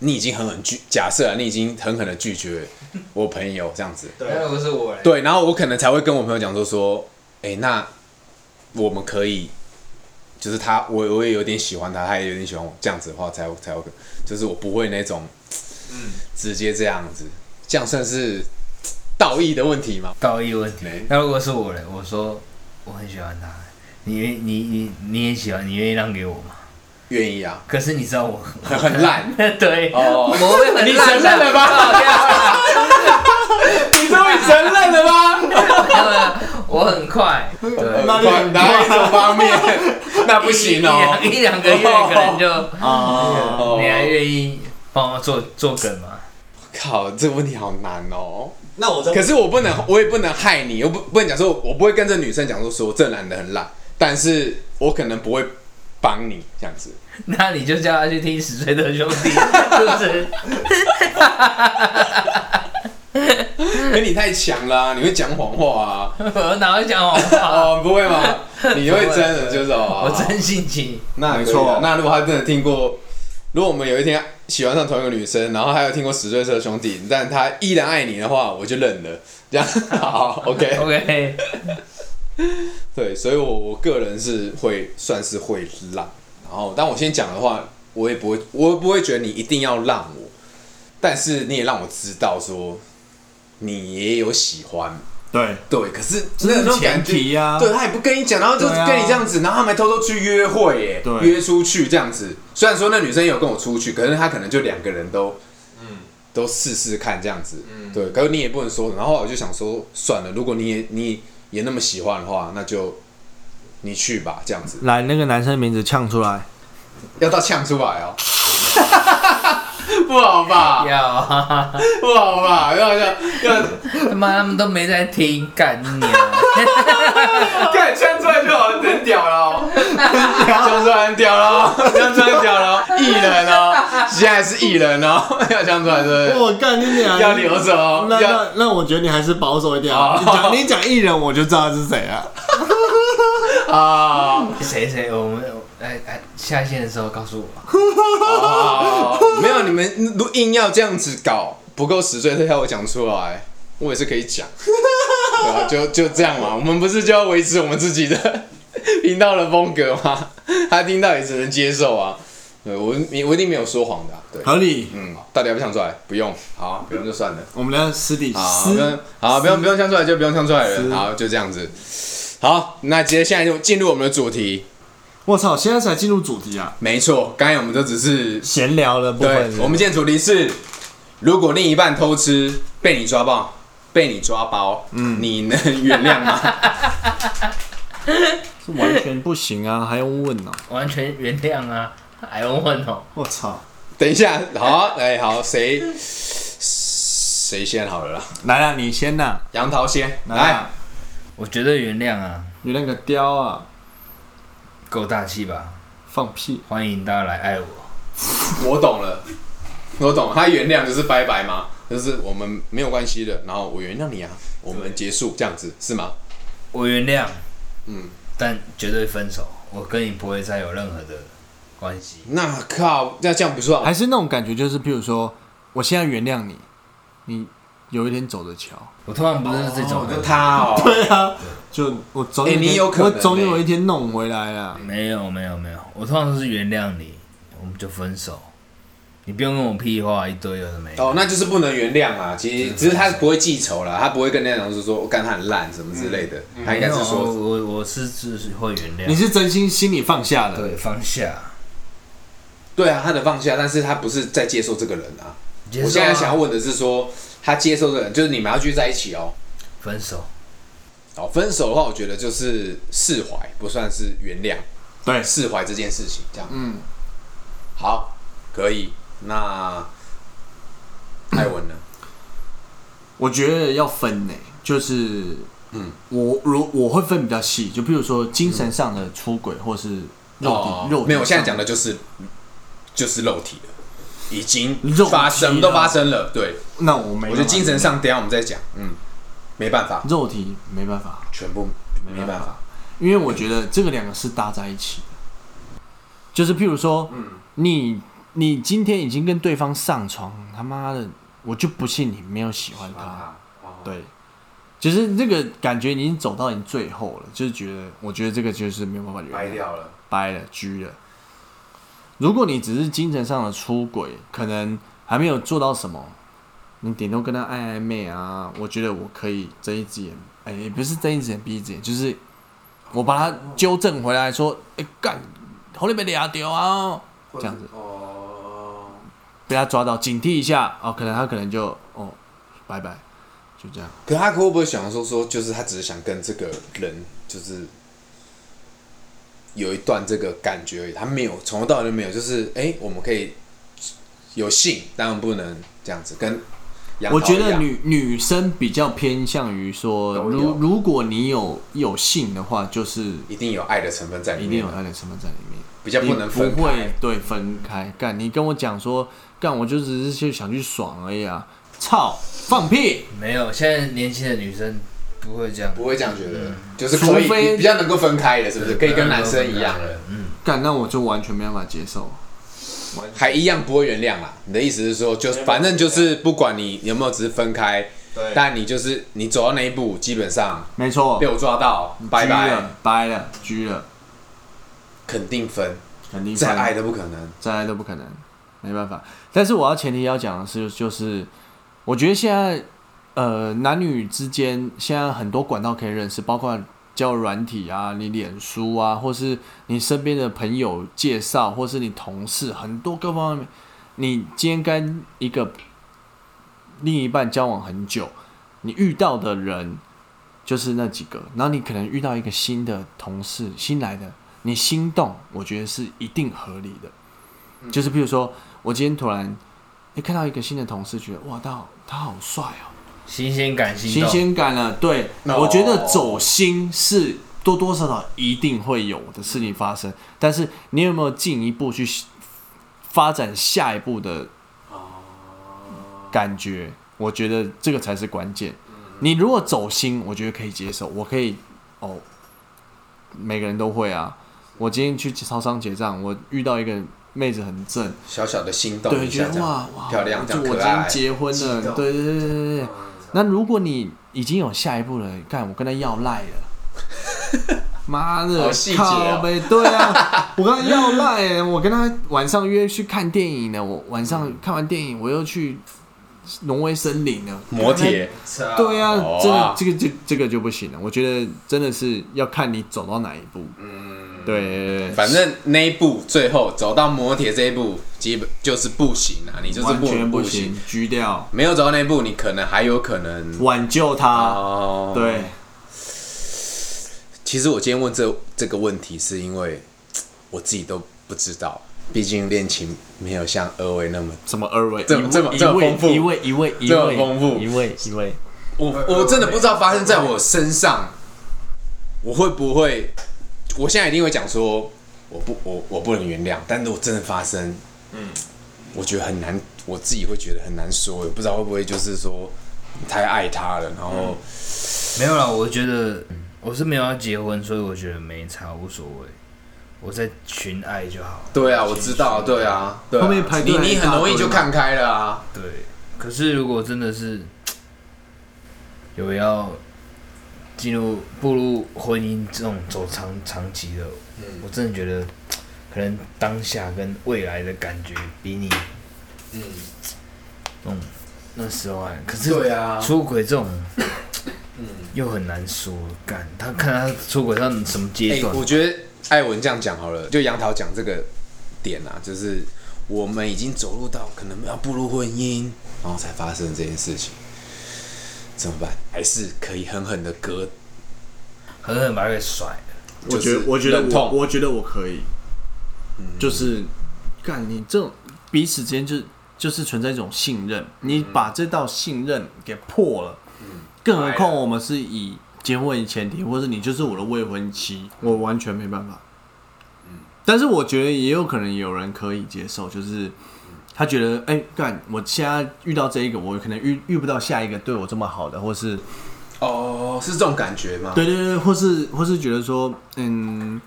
Speaker 1: 你已经狠狠拒，假设啊你已经狠狠的拒绝我朋友这样子，
Speaker 4: 对，
Speaker 3: 不是我，
Speaker 1: 对，然后我可能才会跟我朋友讲说说，哎、那我们可以，就是他，我我也有点喜欢他，他也有点喜欢我，这样子的话才才有，就是我不会那种
Speaker 4: 嗯，
Speaker 1: 直接这样子，这样算是道义的问题吗？
Speaker 3: 道义问题
Speaker 1: 没。
Speaker 3: 那如果是我嘞，我说我很喜欢他，你愿你你你也喜欢，你愿意让给我吗？
Speaker 1: 愿意啊，
Speaker 3: 可是你知道我
Speaker 1: 很很烂
Speaker 3: 对，
Speaker 1: 哦
Speaker 3: 我会很烂
Speaker 1: 你承认了吧？ 你终于承认了吗？
Speaker 3: 我很快，对，
Speaker 1: 哪哪一种方面？那不行哦。
Speaker 3: 一两一两个月可能就，
Speaker 2: 啊，
Speaker 1: 哦
Speaker 3: 你还愿意帮我做做梗吗？
Speaker 1: 靠，这个问题好难哦。
Speaker 4: 那我再
Speaker 1: 可是我不能，我也不能害你，我不不能讲说，我不会跟这女生讲说说这男的很烂，但是我可能不会帮你这样子。
Speaker 3: 那你就叫他去听《十岁的兄弟》，是不是？
Speaker 1: 可你太强了、啊，你会讲谎话啊？
Speaker 3: 我哪会讲谎话？
Speaker 1: 哦，不会吗？你会真的就是哦，
Speaker 3: 我真性情，
Speaker 1: 那
Speaker 2: 没
Speaker 1: 没错
Speaker 2: 错。
Speaker 1: 那如果他真的听过，如果我们有一天喜欢上同一个女生，然后他有听过《十岁社兄弟》，但他依然爱你的话，我就认了。这样好，OK。
Speaker 3: OK，
Speaker 1: 对，所以我我个人是会算是会让，然后但我先讲的话，我也不会，我不会觉得你一定要让我，但是你也让我知道说你也有喜欢，
Speaker 2: 对，
Speaker 1: 对，可是
Speaker 2: 这是
Speaker 1: 那种
Speaker 2: 前
Speaker 1: 感
Speaker 2: 提
Speaker 1: 觉，
Speaker 2: 呀
Speaker 1: 对他也不跟你讲，然后就
Speaker 2: 对啊
Speaker 1: 跟你这样子，然后他们还偷偷去约会耶，
Speaker 2: 对
Speaker 1: 约出去这样子。虽然说那女生有跟我出去，可是她可能就两个人都，
Speaker 4: 嗯
Speaker 1: 都试试看这样子，
Speaker 4: 嗯
Speaker 1: 对。可是你也不能说，然后我就想说，算了，如果你也你也那么喜欢的话，那就你去吧，这样子。
Speaker 2: 来那个男生名字呛出来，
Speaker 1: 要到呛出来哦， 不好吧？
Speaker 3: 要啊，
Speaker 1: 不好吧？要要要，
Speaker 3: 他妈他们都没在听，干你啊！
Speaker 1: 看呛出来就好，很屌了哦。江川屌了，哦 江川屌了，艺人 哦，现在是艺人哦，要江川对不
Speaker 2: 我干你
Speaker 1: 对？
Speaker 2: 娘！
Speaker 1: 要留着哦，
Speaker 2: 那
Speaker 1: 要
Speaker 2: 那那我觉得你还是保守一点啊！
Speaker 1: 哦
Speaker 2: 你讲你讲艺人，我就知道是谁了。
Speaker 1: 啊，
Speaker 3: 谁谁，我们哎哎，下线的时候告诉我，
Speaker 1: 哦没有你们如硬要这样子搞，不够十岁，这要我讲出来，我也是可以 讲，对啊，就就这样嘛，我们不是就要维持我们自己的 频道的风格吗？他听到也只能接受啊，对我我一定没有说谎的啊、对，
Speaker 2: 合理，
Speaker 1: 嗯，到底要不要唱出来？不用，好，不用就算了。
Speaker 2: 我们俩私底
Speaker 1: 好，不用
Speaker 2: 私，
Speaker 1: 好，不用不用呛出来就不用呛出来
Speaker 2: 是
Speaker 1: 了，好，就这样子。好，那接下来就进入我们的主题。
Speaker 2: 我操！现在才进入主题啊，
Speaker 1: 没错，刚才我们都只是
Speaker 2: 闲聊的部
Speaker 1: 对
Speaker 2: 分是，
Speaker 1: 我们今天主题是：如果另一半偷吃被你抓爆，被你抓包，嗯，你能原谅 吗？
Speaker 2: 是完全不行啊，还用问呢？
Speaker 3: 完全原谅啊，还用问哦？
Speaker 2: 我操！
Speaker 1: 等一下，好，哎，好，谁谁先好了啦？
Speaker 2: 来啦，你先呐，
Speaker 1: 杨桃先来
Speaker 2: 来，，
Speaker 3: 我觉得原谅啊，
Speaker 2: 你那个雕啊，
Speaker 3: 够大气吧？
Speaker 2: 放屁！
Speaker 3: 欢迎大家来爱我，
Speaker 1: 我懂了，我懂，他原谅就是拜拜吗？就是我们没有关系的，然后我原谅你啊，我们结束这样子是吗？
Speaker 3: 我原谅，
Speaker 1: 嗯，
Speaker 3: 但绝对分手，我跟你不会再有任何的关系。
Speaker 1: 那靠，那这样不算，啊
Speaker 2: 还是那种感觉，就是譬如说，我现在原谅你，你有一天走着瞧。
Speaker 3: 我通常不是这种人，
Speaker 1: 他哦，
Speaker 2: 对啊，就我总
Speaker 1: 欸
Speaker 2: 一天
Speaker 1: 你有可能
Speaker 2: 我总哎有
Speaker 1: 欸
Speaker 2: 一天弄回来啊。
Speaker 3: 没有没有没有，我通常都是原谅你，我们就分手，你不用跟我屁话一堆有的没的。
Speaker 1: 哦，那就是不能原谅啊。其实只是他不会记仇啦，他不会跟那种是说我干他很烂什么之类的，
Speaker 3: 嗯
Speaker 1: 他应该是
Speaker 3: 没有
Speaker 1: 说
Speaker 3: 我我是是会原谅，
Speaker 2: 你是真心心里放下了，
Speaker 3: 对放下。
Speaker 1: 对啊，他能放下，但是他不是在接受这个人啊。
Speaker 3: 接受啊
Speaker 1: 我现在想要问的是说，他接受这个人，就是你们要继续在一起哦。
Speaker 3: 分手，
Speaker 1: 哦，分手的话，我觉得就是释怀，不算是原谅，
Speaker 2: 对，
Speaker 1: 释怀这件事情这样。
Speaker 2: 嗯，
Speaker 1: 好，可以。那艾文呢？
Speaker 2: 我觉得要分呢、就是
Speaker 1: 嗯，
Speaker 2: 我如我会分比较细，就比如说精神上的出轨，或是肉体、
Speaker 1: 哦
Speaker 2: 肉体
Speaker 1: 没有，现在
Speaker 2: 上
Speaker 1: 讲的就是就是肉体了，已经
Speaker 2: 肉体
Speaker 1: 发生
Speaker 2: 了
Speaker 1: 都发生了。对，
Speaker 2: 那我没办法，
Speaker 1: 我觉得精神上等一下我们再讲。嗯，没办法，
Speaker 2: 肉体没办法，
Speaker 1: 全部没办法。
Speaker 2: 因为我觉得这个两个是搭在一起的，就是譬如说，
Speaker 1: 嗯
Speaker 2: 你你今天已经跟对方上床，他妈的，我就不信你没有喜欢他。
Speaker 1: 啊
Speaker 2: 对，就是这个感觉已经走到你最后了，就是觉得，我觉得这个就是没有办法原
Speaker 1: 掰
Speaker 2: 谅，
Speaker 1: 掉了。
Speaker 2: 掰了，狙了。如果你只是精神上的出轨，可能还没有做到什么，你顶多跟他暧暧昧啊，我觉得我可以睁一只眼，哎、也不是睁一只眼闭一只眼，就是我把他纠正回来，说，哎、干，头里被俩丢啊，这样子
Speaker 1: 哦，
Speaker 2: 被他抓到，警惕一下哦，可能他可能就哦，拜拜，就这样。
Speaker 1: 可他会不会想说说，就是他只是想跟这个人就是有一段这个感觉而已，他没有从头到尾都没有，就是哎、诶我们可以有性，但我们不能这样子跟杨
Speaker 2: 我
Speaker 1: 桃
Speaker 2: 觉
Speaker 1: 一样。
Speaker 2: 得女女生比较偏向于说，
Speaker 1: 都有
Speaker 2: 如如果你有有性的话，就是
Speaker 1: 一定有爱的成分在里
Speaker 2: 一定
Speaker 1: 面
Speaker 2: 有，那点成分在里面，
Speaker 1: 比较不
Speaker 2: 你
Speaker 1: 能
Speaker 2: 不
Speaker 1: 分开
Speaker 2: 会。对分开。干，你跟我讲说，干，我就只是去想去爽而已啊！操，放屁！
Speaker 3: 没有。现在年轻的女生不会这样，
Speaker 1: 不会这样觉得，就是可以
Speaker 2: 除非
Speaker 1: 比比较能够分开了，是不是？可以跟男生一样了，
Speaker 3: 嗯，
Speaker 2: 干，那我就完全没办法接受。
Speaker 1: 还一样不会原谅啦。你的意思是说，就是反正就是不管你有没有只是分开，
Speaker 4: 对
Speaker 1: 但你就是你走到那一步，基本上
Speaker 2: 没错
Speaker 1: 被，我抓到，拜
Speaker 2: 狙
Speaker 1: 拜，
Speaker 2: 了，掰了，狙了，
Speaker 1: 肯定分，
Speaker 2: 肯定
Speaker 1: 再
Speaker 2: 分
Speaker 1: 爱都不可能。
Speaker 2: 再爱都不可能，没办法。但是我要前提要讲的是，就是我觉得现在呃男女之间现在很多管道可以认识，包括交友软体啊、你脸书啊，或是你身边的朋友介绍，或是你同事，很多各方面，你今天跟一个另一半交往很久，你遇到的人就是那几个，然后你可能遇到一个新的同事、新来的，你心动，我觉得是一定合理的。就是譬如说，我今天突然哎、看到一个新的同事，觉得哇，他好他好帅哦、
Speaker 3: 新鲜感、心
Speaker 2: 新
Speaker 3: 动，
Speaker 2: 鲜感了。对，
Speaker 1: 哦
Speaker 2: 我觉得走心是多多少少一定会有的事情发生，但是你有没有进一步去发展下一步的感觉？我觉得这个才是关键。你如果走心，我觉得可以接受，我可以哦，每个人都会啊。我今天去超商结账，我遇到一个妹子很正，
Speaker 1: 小小的心动
Speaker 2: 对，
Speaker 1: 一
Speaker 2: 觉
Speaker 1: 下，
Speaker 2: 得
Speaker 1: 这
Speaker 2: 哇
Speaker 1: 样
Speaker 2: 哇，
Speaker 1: 漂亮，这
Speaker 2: 就
Speaker 1: 样
Speaker 2: 我
Speaker 1: 可
Speaker 2: 今天
Speaker 1: 爱。嗯
Speaker 2: 结婚
Speaker 4: 激
Speaker 2: 了，
Speaker 4: 动
Speaker 2: 对对对对对对。那如果你已经有下一步了，干，我跟他要赖了。妈的，
Speaker 1: 好细节哦
Speaker 2: 靠北对啊，我跟他要赖，我跟他晚上约去看电影呢，我晚上
Speaker 1: 嗯
Speaker 2: 看完电影我又去挪威森林了，
Speaker 1: 摩铁，
Speaker 2: 对呀、
Speaker 1: 哦
Speaker 2: 这个这个这这个就不行了。我觉得真的是要看你走到哪一步。嗯，对对对
Speaker 1: 反正那一步最后走到摩铁这一步，基本就是不行啊，你就是
Speaker 2: 完全
Speaker 1: 不
Speaker 2: 不行，，狙掉，
Speaker 1: 没有走到那一步，你可能还有可能
Speaker 2: 挽救他。
Speaker 1: 哦。
Speaker 2: 对，
Speaker 1: 其实我今天问这这个问题，是因为我自己都不知道，毕竟恋情没有像二位那么。
Speaker 2: 什么二位，
Speaker 1: 这么
Speaker 2: 一位
Speaker 1: 这么这么丰富
Speaker 2: 一位一位一
Speaker 1: 这么
Speaker 2: 位
Speaker 1: 丰富
Speaker 2: 一位一位，
Speaker 1: 我我真的不知道发生在我身上，我会不会？我现在一定会讲说，我不我我不能原谅，但如果真的发生，嗯，我觉得很难，我自己会觉得很难说，我不知道会不会就是说太爱他了，然后
Speaker 3: 没有啦，我觉得嗯我是没有要结婚，所以我觉得没差，无所谓。我在寻爱就好。
Speaker 1: 对啊，我知道，对啊，对啊
Speaker 2: 后面排
Speaker 1: 你
Speaker 2: 队
Speaker 1: 你
Speaker 2: 还一大
Speaker 1: 很容易
Speaker 2: 堆
Speaker 1: 就
Speaker 2: 嘛
Speaker 1: 看开了啊，
Speaker 3: 对。可是如果真的是有要进入步入婚姻这种走长长期的，
Speaker 1: 嗯
Speaker 3: 我真的觉得可能当下跟未来的感觉比你
Speaker 1: 嗯，
Speaker 3: 嗯那时候还，可是
Speaker 1: 对啊，
Speaker 3: 出轨这种
Speaker 1: 嗯，
Speaker 3: 又很难说，干他看他出轨到什么阶
Speaker 1: 哎，
Speaker 3: 段，
Speaker 1: 我觉得艾文这样讲好了，就杨桃讲这个点啊，就是我们已经走入到可能要步入婚姻，然后才发生这件事情，怎么办？还是可以狠狠的割，
Speaker 3: 狠狠把他给甩了。
Speaker 2: 我觉得
Speaker 1: 就是
Speaker 2: 我觉得
Speaker 1: 忍
Speaker 2: 我
Speaker 1: 痛嗯
Speaker 2: 我觉得我可以，就是干你这种彼此之间就就是存在一种信任，
Speaker 1: 嗯
Speaker 2: 你把这道信任给破了，更何况我们是以结婚为前提，或是你就是我的未婚妻，我完全没办法。
Speaker 1: 嗯
Speaker 2: 但是我觉得也有可能有人可以接受，就是他觉得，哎、干，我现在遇到这一个，我可能遇遇不到下一个对我这么好的，或是
Speaker 1: 哦，是这种感觉吗？
Speaker 2: 对对对，或是或是觉得说，嗯，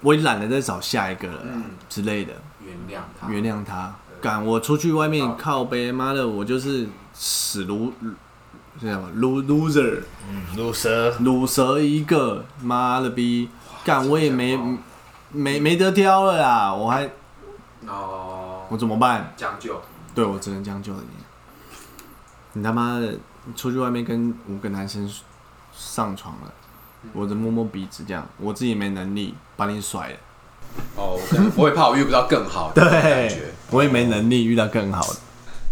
Speaker 2: 我也懒得再找下一个了啦、
Speaker 1: 嗯
Speaker 2: 之类的，
Speaker 1: 原谅他
Speaker 2: 原谅他。敢我出去外
Speaker 1: 啊
Speaker 2: 面靠背，妈的，我就是死撸，是什么 lo- loser
Speaker 3: 嗯，乳蛇
Speaker 2: 卤蛇一个，妈了逼！干我也没
Speaker 1: 这样哦
Speaker 2: 没没得挑了啦，我还
Speaker 1: 哦，
Speaker 2: 我怎么办？
Speaker 1: 将就。
Speaker 2: 对我只能将就了你。你他妈的出去外面跟五个男生上床了，
Speaker 1: 嗯
Speaker 2: 我的摸摸鼻子这样，我自己没能力把你甩了。
Speaker 1: 哦，我可能不会怕我遇不到更好的感觉。
Speaker 2: 我也没能力遇到更好的。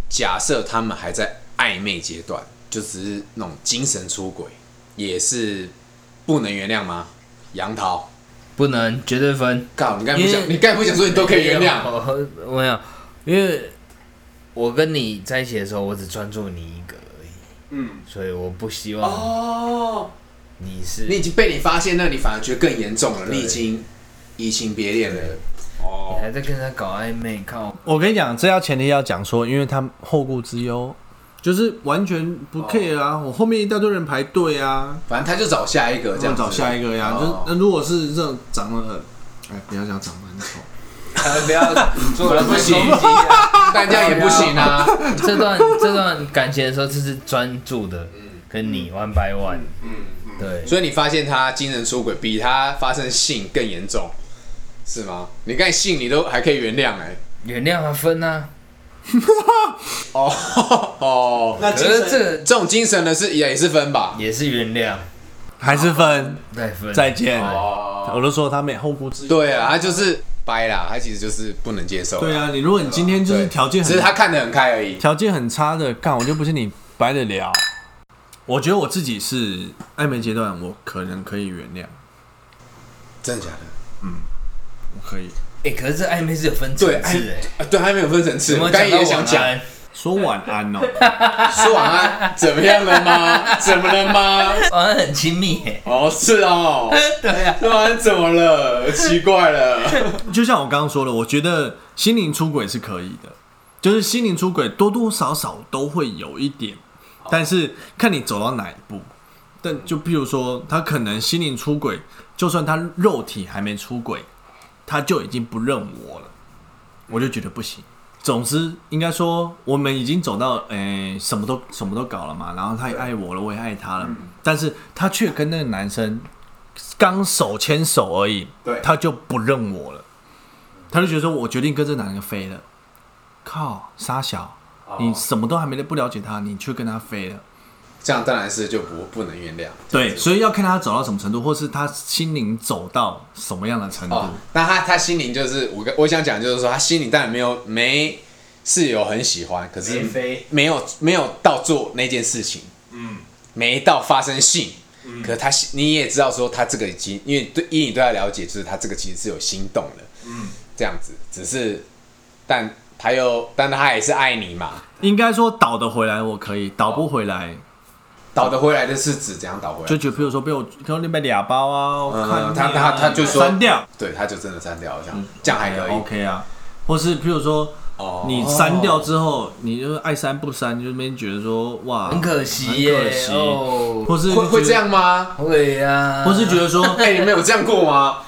Speaker 1: 假设他们还在暧昧阶段，就只是那种精神出轨，也是不能原谅吗？杨桃，
Speaker 3: 不能绝对分。
Speaker 1: 靠，你该不
Speaker 3: 因为
Speaker 1: 想，你该不想说你都可以原谅？
Speaker 3: 我没有，因为我跟你在一起的时候，我只专注你一个而已，
Speaker 1: 嗯，
Speaker 3: 所以我不希望
Speaker 1: 哦，
Speaker 3: 你是。
Speaker 1: 你已经被你发现，那你反而觉得更严重了，
Speaker 3: 对
Speaker 1: 你已经移情别恋了。
Speaker 3: 你
Speaker 1: 哦，
Speaker 3: 还在跟他搞暧昧， 靠！
Speaker 2: 我跟你讲，这要前提要讲说，因为他后顾之忧，就是完全不 care 啊，我后面一大堆人排队啊，
Speaker 1: 反正他就找下一个，哦这
Speaker 2: 这
Speaker 1: 样
Speaker 2: 样找下一个呀。就是
Speaker 1: 哦
Speaker 2: 那如果是这种长得很，哎，不要讲长得很丑，
Speaker 3: 不要做人
Speaker 1: 不行
Speaker 3: 啊！
Speaker 1: 但这样也不行啊。
Speaker 3: 这段这段感情的时候，这是专注的，
Speaker 1: 嗯
Speaker 3: 跟你 one by one，对，
Speaker 1: 所以你发现他精神出轨比他发生性更严重，是吗？你看性你都还可以原谅哎、
Speaker 3: 原谅他分啊。
Speaker 1: 哦哦，
Speaker 2: 那
Speaker 3: 可是这个
Speaker 1: 这种精神的是也是分吧？
Speaker 3: 也是原谅，
Speaker 2: 还是分。
Speaker 3: 再分，
Speaker 2: 再见
Speaker 1: 哦，
Speaker 2: 我都说他没后顾之忧。
Speaker 1: 对啊，他就是掰啦，他其实就是不能接受。
Speaker 2: 对啊，你如果你今天
Speaker 1: 对，
Speaker 2: 就是条件
Speaker 1: 只是他
Speaker 2: 很
Speaker 1: 看得很开而已。
Speaker 2: 条件很差的，干我就不是你掰得了。我觉得我自己是暧昧阶段，我可能可以原谅，
Speaker 1: 真的假的？
Speaker 2: 我可以
Speaker 3: 哎，可是这暧昧是有分层
Speaker 1: 对，哎
Speaker 3: 次哎，
Speaker 1: 啊对，还没有分层次。
Speaker 3: 有没
Speaker 1: 我
Speaker 3: 有
Speaker 1: 刚才
Speaker 3: 讲
Speaker 1: 也
Speaker 3: 到啊
Speaker 1: 想
Speaker 3: 晚
Speaker 1: 讲，
Speaker 3: 安？
Speaker 2: 说晚安哦。
Speaker 1: 说晚安，怎么样了吗？ 怎么了吗？
Speaker 3: 晚安很亲密哎。
Speaker 1: 哦，是哦，
Speaker 3: 对啊，
Speaker 1: 说晚安怎么了？奇怪了。
Speaker 2: 就像我刚刚说的，我觉得心灵出轨是可以的，就是心灵出轨多多少少都会有一点，但是看你走到哪一步。但就譬如说，他可能心灵出轨，就算他肉体还没出轨，他就已经不认我了，我就觉得不行。总之，应该说我们已经走到诶、什么都什么都搞了嘛，然后他也爱我了，我也爱他了，但是他却跟那个男生刚手牵手而已，
Speaker 1: 对
Speaker 2: 他就不认我了，他就觉得说我决定跟这男人飞了，靠，傻小，你什么都还没不了解他，你却跟他飞了。
Speaker 1: 这样当然是就不不能原谅。
Speaker 2: 对，所以要看他走到什么程度，或是他心灵走到什么样的程度。
Speaker 1: 哦，那他他心灵就是我跟我想讲就是说，他心灵当然没有没是有很喜欢，可是
Speaker 3: 没飞
Speaker 1: 没有没有到做那件事情，嗯，没到发生性，可他心你也知道说他这个已经，因为对以你对他了解，就是他这个其实是有心动的，嗯，这样子，只是但他又但他也是爱你嘛，
Speaker 2: 应该说倒得回来我可以，倒
Speaker 1: 哦
Speaker 2: 不回来、
Speaker 1: 倒得回来的是指怎样倒回来？
Speaker 2: 就觉得，譬如说被我跟那边俩包啊，我看你啊、
Speaker 1: 嗯他他他就说
Speaker 2: 删掉，
Speaker 1: 对，他就真的删掉了，这样这样还可以。
Speaker 2: 嗯 OK 啊，或是譬如说。
Speaker 1: 哦
Speaker 2: 你删掉之后，你就是爱删不删，你就那边觉得说哇，
Speaker 3: 很可惜耶
Speaker 2: 很可惜
Speaker 3: 哦
Speaker 2: 或是
Speaker 1: 会会
Speaker 2: 觉得
Speaker 1: 这，样 吗？
Speaker 3: 会呀、啊，
Speaker 2: 或是觉得说，
Speaker 1: 哎、你们有这样过吗？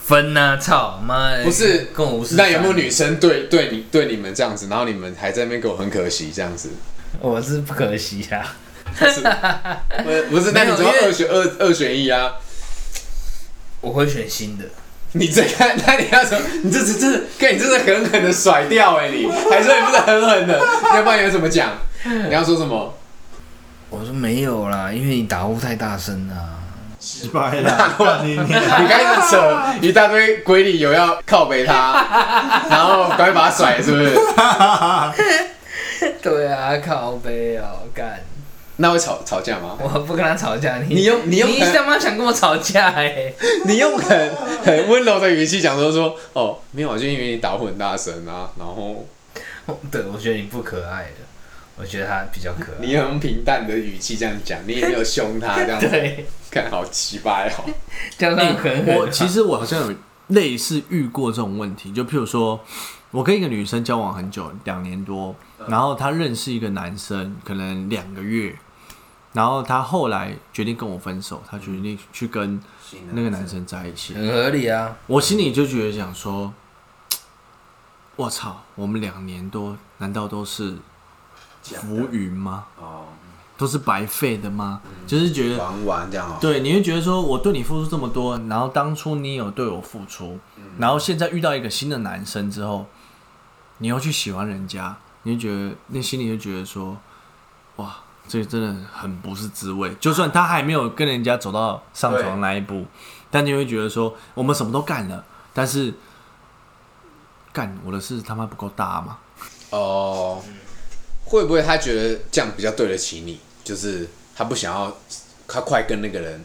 Speaker 3: 分呐、啊，操妈的，
Speaker 1: 不是
Speaker 3: 哎跟我无事。
Speaker 1: 那有没有女？生对对你对你们这样子，然后你们还在那边给我很可惜这样子？
Speaker 3: 我是不可惜啊，
Speaker 1: 是呃不是，那你怎么
Speaker 3: 没有因为
Speaker 1: 二选二二选一啊？
Speaker 3: 我会选新的。
Speaker 1: 你这看，那你要怎么？你这是这是，看你这是狠狠的甩掉哎、你还说你不是狠狠的，要不然你要怎么讲？你要说什么？
Speaker 3: 我说没有啦，因为你打呼太大声啊啦。
Speaker 4: 失败 了，干你娘
Speaker 1: 你开始扯一大堆鬼理由要靠北他，然后赶快把他甩了，是不是？
Speaker 3: 对啊，靠背哦，干，
Speaker 1: 那会吵吵架吗？
Speaker 3: 我不跟他吵架，你
Speaker 1: 你用你用
Speaker 3: 你他妈想跟我吵架哎、
Speaker 1: 你用很很温柔的语气讲说说哦，没有，就因为你打呼很大声啊，然后
Speaker 3: 对，我觉得你不可爱了，我觉得他比较可爱。
Speaker 1: 你也用平淡的语气这样讲，你也没有凶他这样子，
Speaker 3: 对，
Speaker 1: 看好奇葩哦。
Speaker 3: 这样他很
Speaker 2: 嗯我其实我好像有类似遇过这种问题，就譬如说，我跟一个女生交往很久，两年多，然后她认识一个男生，可能两个月，然后她后来决定跟我分手，她决定去跟那个男生在一起。
Speaker 3: 很合理啊。
Speaker 2: 我心里就觉得想说，我操，我们两年多难道都是浮云吗？
Speaker 1: 哦，
Speaker 2: 都是白费的吗？就是觉得
Speaker 1: 玩玩这样哦。
Speaker 2: 对，你会觉得说我对你付出这么多，然后当初你有对我付出，然后现在遇到一个新的男生之后，你又去喜欢人家，你就觉得那心里就觉得说，哇，这真的很不是滋味。就算他还没有跟人家走到上床那一步，但你会觉得说我们什么都干了，但是干我的事他妈不够大吗？
Speaker 1: 哦，会不会他觉得这样比较对得起你？就是他不想要，他快跟那个人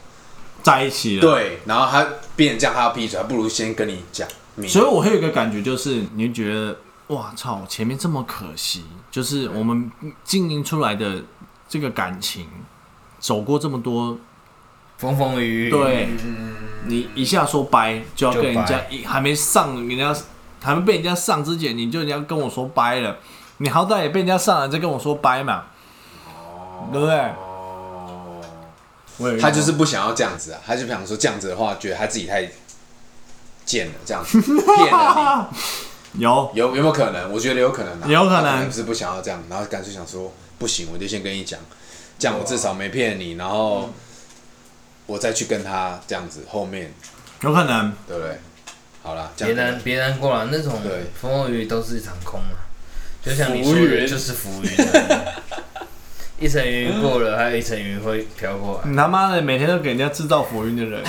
Speaker 2: 在一起了，
Speaker 1: 对，然后他变成这样，他要劈腿，他不如先跟你讲明。
Speaker 2: 所以我会有一个感觉，就是你会觉得，哇操，前面这么可惜，就是我们经营出来的这个感情，走过这么多，
Speaker 3: 风风雨雨，，
Speaker 2: 对，你一下说掰就要
Speaker 3: 就
Speaker 2: 跟人家
Speaker 3: 掰
Speaker 2: 一还没上，人家还没被人家上之前，你就人家跟我说掰了，你好歹也被人家上了，再跟我说掰嘛，对不对？
Speaker 1: 哦，
Speaker 2: 我有遇到
Speaker 1: 他就是不想要这样子啊，他就想说这样子的话，觉得他自己太贱了，这样 子骗了
Speaker 2: 有
Speaker 1: 你。有有没有可能？我觉得有可能、啊，
Speaker 2: 有可能
Speaker 1: 他是不想要这样，然后干脆想说不行，我就先跟你讲，这样我至少没骗你，然后我再去跟他这样子，后面
Speaker 2: 有可能，
Speaker 1: 对不对？好啦，这
Speaker 3: 别
Speaker 1: 样子
Speaker 3: 难别难过啊了，那种
Speaker 1: 对
Speaker 3: 风风雨雨都是一场空啊。就像你
Speaker 1: 浮
Speaker 3: 说的，
Speaker 1: 云
Speaker 3: 就是浮云啊。 一层云过了，还有一层云会飘过啊来。
Speaker 2: 你他妈的每天都给人家制造浮云的 人，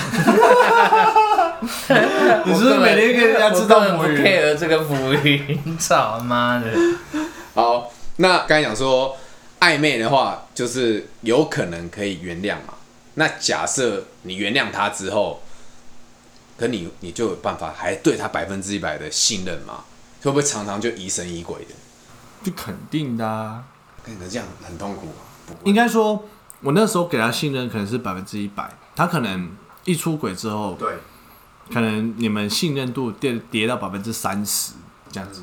Speaker 2: 你是不是每天给人家制造浮
Speaker 3: 我根本
Speaker 2: 云
Speaker 3: 不？care 这个浮云，操妈的！
Speaker 1: 好，那刚才讲说暧昧的话，就是有可能可以原谅嘛。那假设你原谅他之后，可你你就有办法还对他百分之一百的信任吗？会不会常常就疑神疑鬼的？
Speaker 2: 这肯定的、啊，
Speaker 1: 可能这样很痛苦啊。不
Speaker 2: 应该说，我那时候给他信任可能是百分之一百，他可能一出轨之后，
Speaker 1: 对，
Speaker 2: 可能你们信任度跌跌到百分之三十这样子，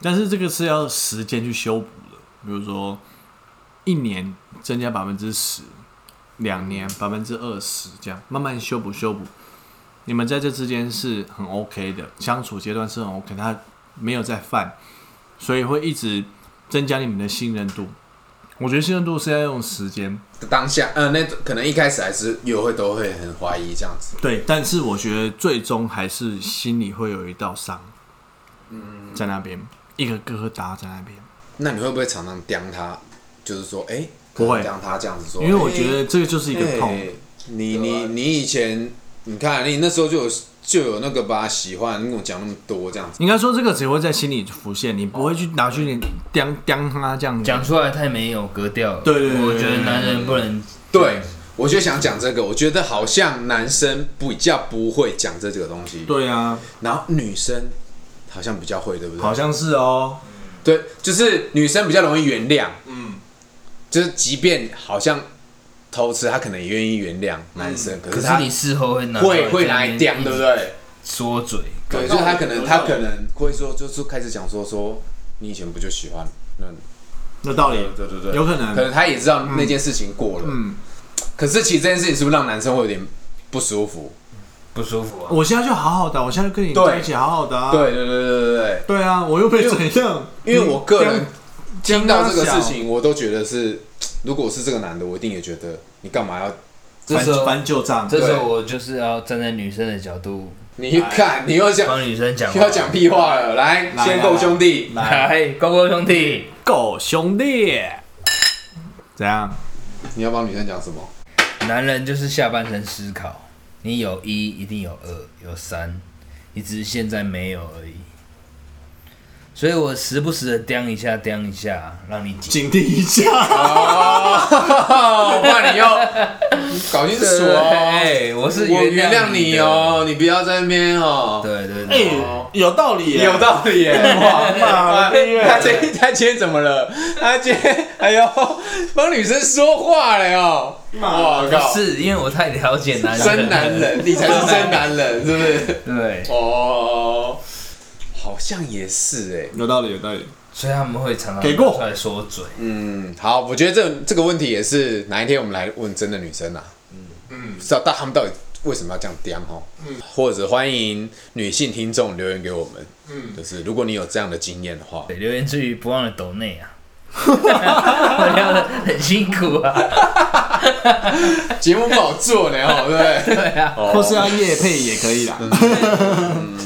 Speaker 2: 但是这个是要时间去修补的，比如说一年增加百分之十，两年百分之二十这样，慢慢修补修补。你们在这之间是很 OK 的，相处阶段是很 OK，他没有在犯，所以会一直增加你们的信任度。我觉得信任度是要用时间，
Speaker 1: 当下呃，那可能一开始还是又会都会很怀疑这样子。
Speaker 2: 对，但是我觉得最终还是心里会有一道伤，嗯，在那边一个疙瘩在那边，
Speaker 1: 那你会不会常常刁他？就是说，哎、
Speaker 2: 不会
Speaker 1: 刁他这样子说，
Speaker 2: 因为我
Speaker 1: 诶
Speaker 2: 觉得这个就是一个痛，
Speaker 1: 欸你你你以前，你看你那时候就有就有那个吧喜欢，你跟我讲那么多这样子，
Speaker 2: 应该说这个只会在心里浮现，你不会去拿去刁刁他这样子。
Speaker 3: 讲出来太没有格调了。
Speaker 2: 对对对对
Speaker 3: 我觉得男人不能
Speaker 1: 对我就想讲这个，我觉得好像男生比较不会讲这个东西，
Speaker 2: 对啊，
Speaker 1: 然后女生好像比较会，对不对？
Speaker 2: 好像是哦，
Speaker 1: 对，就是女生比较容易原谅，嗯，就是即便好像偷吃，她可能也愿意原谅男生，可
Speaker 3: 可
Speaker 1: 是
Speaker 3: 是
Speaker 1: 她
Speaker 3: 你事后会拿
Speaker 1: 会会拿来刁，
Speaker 3: 讲，
Speaker 1: 对不对？
Speaker 3: 说嘴，
Speaker 1: 对，
Speaker 4: 有
Speaker 1: 就是
Speaker 4: 道
Speaker 1: 他
Speaker 4: 理
Speaker 1: 可能
Speaker 4: 有
Speaker 1: 他
Speaker 4: 道理
Speaker 1: 可能会说，就是开始讲说说你以前不就喜欢那
Speaker 2: 有道理，
Speaker 1: 对对对
Speaker 2: 有可
Speaker 1: 可
Speaker 2: 能，
Speaker 1: 能他也知道那件事情过了，
Speaker 2: 嗯，
Speaker 1: 可是其实这件事情是不是让男生会有点不舒服？
Speaker 3: 不舒服啊。
Speaker 2: 我现在就好好的，我现在就跟你
Speaker 1: 对
Speaker 2: 在一起好好的啊，
Speaker 1: 对对对对对对，
Speaker 2: 对啊，我又没怎样，
Speaker 1: 因为我个人
Speaker 2: 刁
Speaker 1: 听到这个事，
Speaker 2: 刁他小
Speaker 1: 情，我都觉得是如果我是这个男的，我一定也觉得你干嘛要？
Speaker 3: 这时候
Speaker 4: 翻旧账，
Speaker 3: 这时候我就是要站在女生的角度
Speaker 1: 你看，你又讲
Speaker 3: 帮女生讲话，
Speaker 1: 又要讲屁话了，来，
Speaker 4: 来
Speaker 1: 先
Speaker 4: 来
Speaker 1: 够
Speaker 4: 来
Speaker 1: 兄弟，
Speaker 4: 来，
Speaker 3: 来，勾勾兄弟，
Speaker 2: 狗兄弟，
Speaker 4: 怎样？
Speaker 1: 你要帮女生讲什么？
Speaker 3: 男人就是下半身思考，你有一一定有二有三，你只是现在没有而已。所以我时不时的掂一下掂一下，让你紧
Speaker 4: 警惕一下，
Speaker 1: 哦，不然你又搞清楚哦。
Speaker 3: 哎，我是
Speaker 1: 我原谅你
Speaker 3: 的。
Speaker 1: 哦，你不要在那边哦。
Speaker 3: 对啊对对，
Speaker 4: 哎，有道理耶，
Speaker 1: 有道理耶！哇，
Speaker 4: 妈
Speaker 3: 啊
Speaker 4: 耶
Speaker 1: 他今天他今天怎么了？他今天哎呦，帮女生说话了哟！哇
Speaker 3: 不
Speaker 1: 靠，
Speaker 3: 是因为我太了解男人，
Speaker 1: 真男。人，你才是真男人，是不是？
Speaker 3: 对，
Speaker 1: 哦，好像也是哎。
Speaker 4: 有道理，有道理。
Speaker 3: 所以他们会常常
Speaker 4: 给过
Speaker 3: 拿出来说嘴。
Speaker 1: 嗯，好，我觉得这这个问题也是哪一天我们来问真的女生啊。嗯嗯，知道但他们到底为什么要这样刁哈？嗯，或者欢迎女性听众留言给我们。嗯，就是如果你有这样的经验的话，
Speaker 3: 对，留言之余不忘了抖内啊， 我聊的很辛苦啊。
Speaker 1: 节目不好做呢，哦，对不对？
Speaker 3: 对啊，
Speaker 1: 哦
Speaker 2: 或是要夜配也可以啦。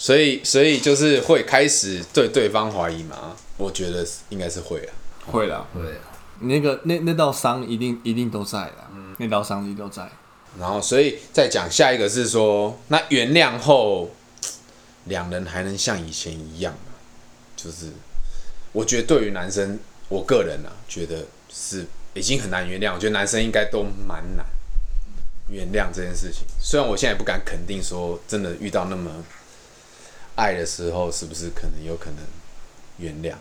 Speaker 1: 所以，所以就是会开始对对方怀疑嘛？我觉得应该是会啊。
Speaker 2: 会啦，
Speaker 3: 对啊，
Speaker 2: 你那个那那道伤一定一定都在的，那道伤一定都在。
Speaker 1: 然后，所以再讲下一个是说，那原谅后，两人还能像以前一样吗？就是我觉得对于男生，我个人啊，觉得是已经很难原谅。我觉得男生应该都蛮难原谅这件事情。虽然我现在也不敢肯定说，真的遇到那么爱的时候，是不是可能有可能原谅？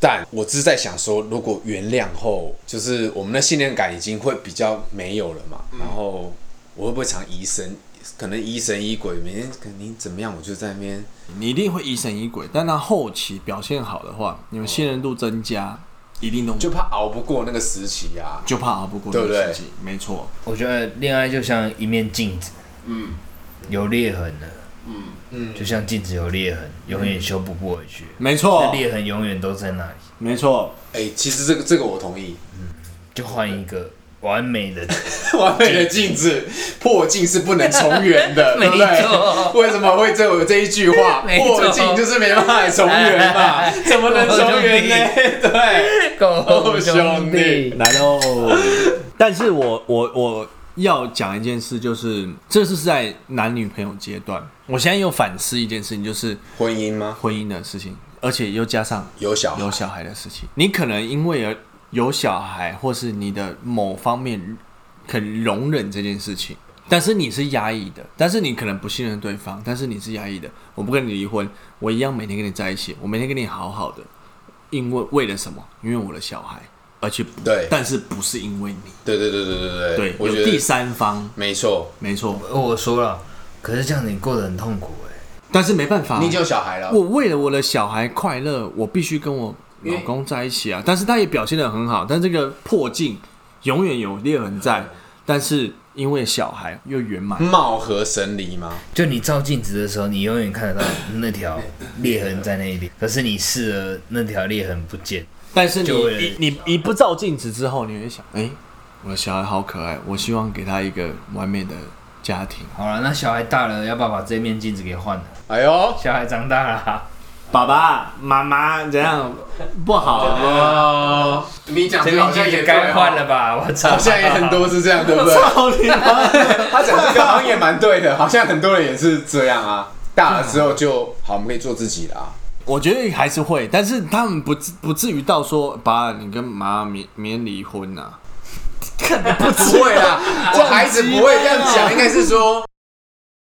Speaker 1: 但我只是在想说，如果原谅后，就是我们的信念感已经会比较没有了嘛，
Speaker 3: 嗯
Speaker 1: 然后我会不会常疑神，可能疑神疑鬼，每天可能你怎么样，我就在那边
Speaker 2: 你一定会疑神疑鬼，但他后期表现好的话，你们信任度增加，一定都
Speaker 1: 就怕熬不过那个时期啊。
Speaker 2: 就怕熬不过
Speaker 1: 对
Speaker 2: 那
Speaker 1: 不对
Speaker 2: 个时机，没错。
Speaker 3: 我觉得恋爱就像一面镜子，嗯，有裂痕的，嗯嗯，就像镜子有裂痕，永远修补不回去，
Speaker 2: 没
Speaker 3: 那
Speaker 1: 哦
Speaker 2: 错，
Speaker 3: 裂痕永远都在那里，
Speaker 2: 没错，
Speaker 1: 哎、其实这个这个我同意，
Speaker 3: 就换一个完美的。
Speaker 1: 完美的镜子破镜是不能重圆的，对不
Speaker 3: 没
Speaker 1: 对？
Speaker 3: 错
Speaker 1: 为什么会这有这一句话？
Speaker 3: 没错
Speaker 1: 破镜就是没办法重圆 嘛，怎么能重圆呢？对，
Speaker 3: 狗
Speaker 1: 兄弟，
Speaker 2: 来 喽。但是我我我要讲一件事，就是这是在男女朋友阶段，我现在又反思一件事情，就是
Speaker 1: 婚姻吗？
Speaker 2: 婚姻的事情，而且又加上
Speaker 1: 有小孩
Speaker 2: 有小孩的事情，你可能因为有小孩，或是你的某方面肯容忍这件事情，但是你是压抑的，但是你可能不信任对方，但是你是压抑的。我不跟你离婚，我一样每天跟你在一起，我每天跟你好好的，因为为了什么？因为我的小孩，而且不
Speaker 1: 对
Speaker 2: 但是不是因为你？
Speaker 1: 对对对对对对
Speaker 2: 对，
Speaker 1: 我
Speaker 2: 有
Speaker 1: 觉
Speaker 2: 第
Speaker 1: 得
Speaker 2: 三方，
Speaker 1: 没错。
Speaker 2: 没错，
Speaker 3: 我说了，可是这样你过得很痛苦哎、
Speaker 2: 但是没办法啊，
Speaker 1: 你已经有小孩了，
Speaker 2: 我为了我的小孩快乐，我必须跟我老公在一起啊！但是他也表现的很好，但这个破镜永远有裂痕在。但是因为小孩又圆满，
Speaker 1: 貌合神离吗？
Speaker 3: 就你照镜子的时候，你永远看得到那条裂痕在那里，可是你试了那条裂痕不见，
Speaker 2: 但是你
Speaker 3: 就
Speaker 2: 你你你不照镜子之后，你会想，哎、我的小孩好可爱，我希望给他一个完美的家庭。
Speaker 3: 好了，那小孩大了，要不要把这面镜子给换了？
Speaker 1: 哎呦，
Speaker 3: 小孩长大了 啊，
Speaker 2: 爸爸妈妈怎样不好、啊
Speaker 1: 哦，你讲
Speaker 3: 这
Speaker 1: 这个
Speaker 3: 面
Speaker 1: 好像
Speaker 3: 镜
Speaker 1: 也
Speaker 3: 子
Speaker 1: 对哦
Speaker 3: 该换了，吧？我操，
Speaker 1: 好像也很多是这样，对不对？
Speaker 2: 操你 妈！
Speaker 1: 他讲这个好像也蛮对的，好像很多人也是这样啊。大了之后就好，我们可以做自己了啊。
Speaker 2: 我觉得还是会，但是他们不至不至于到说，爸，你跟妈妈明明天离婚呐、啊。
Speaker 1: 不会啦，我孩子不会这样讲，应该是说，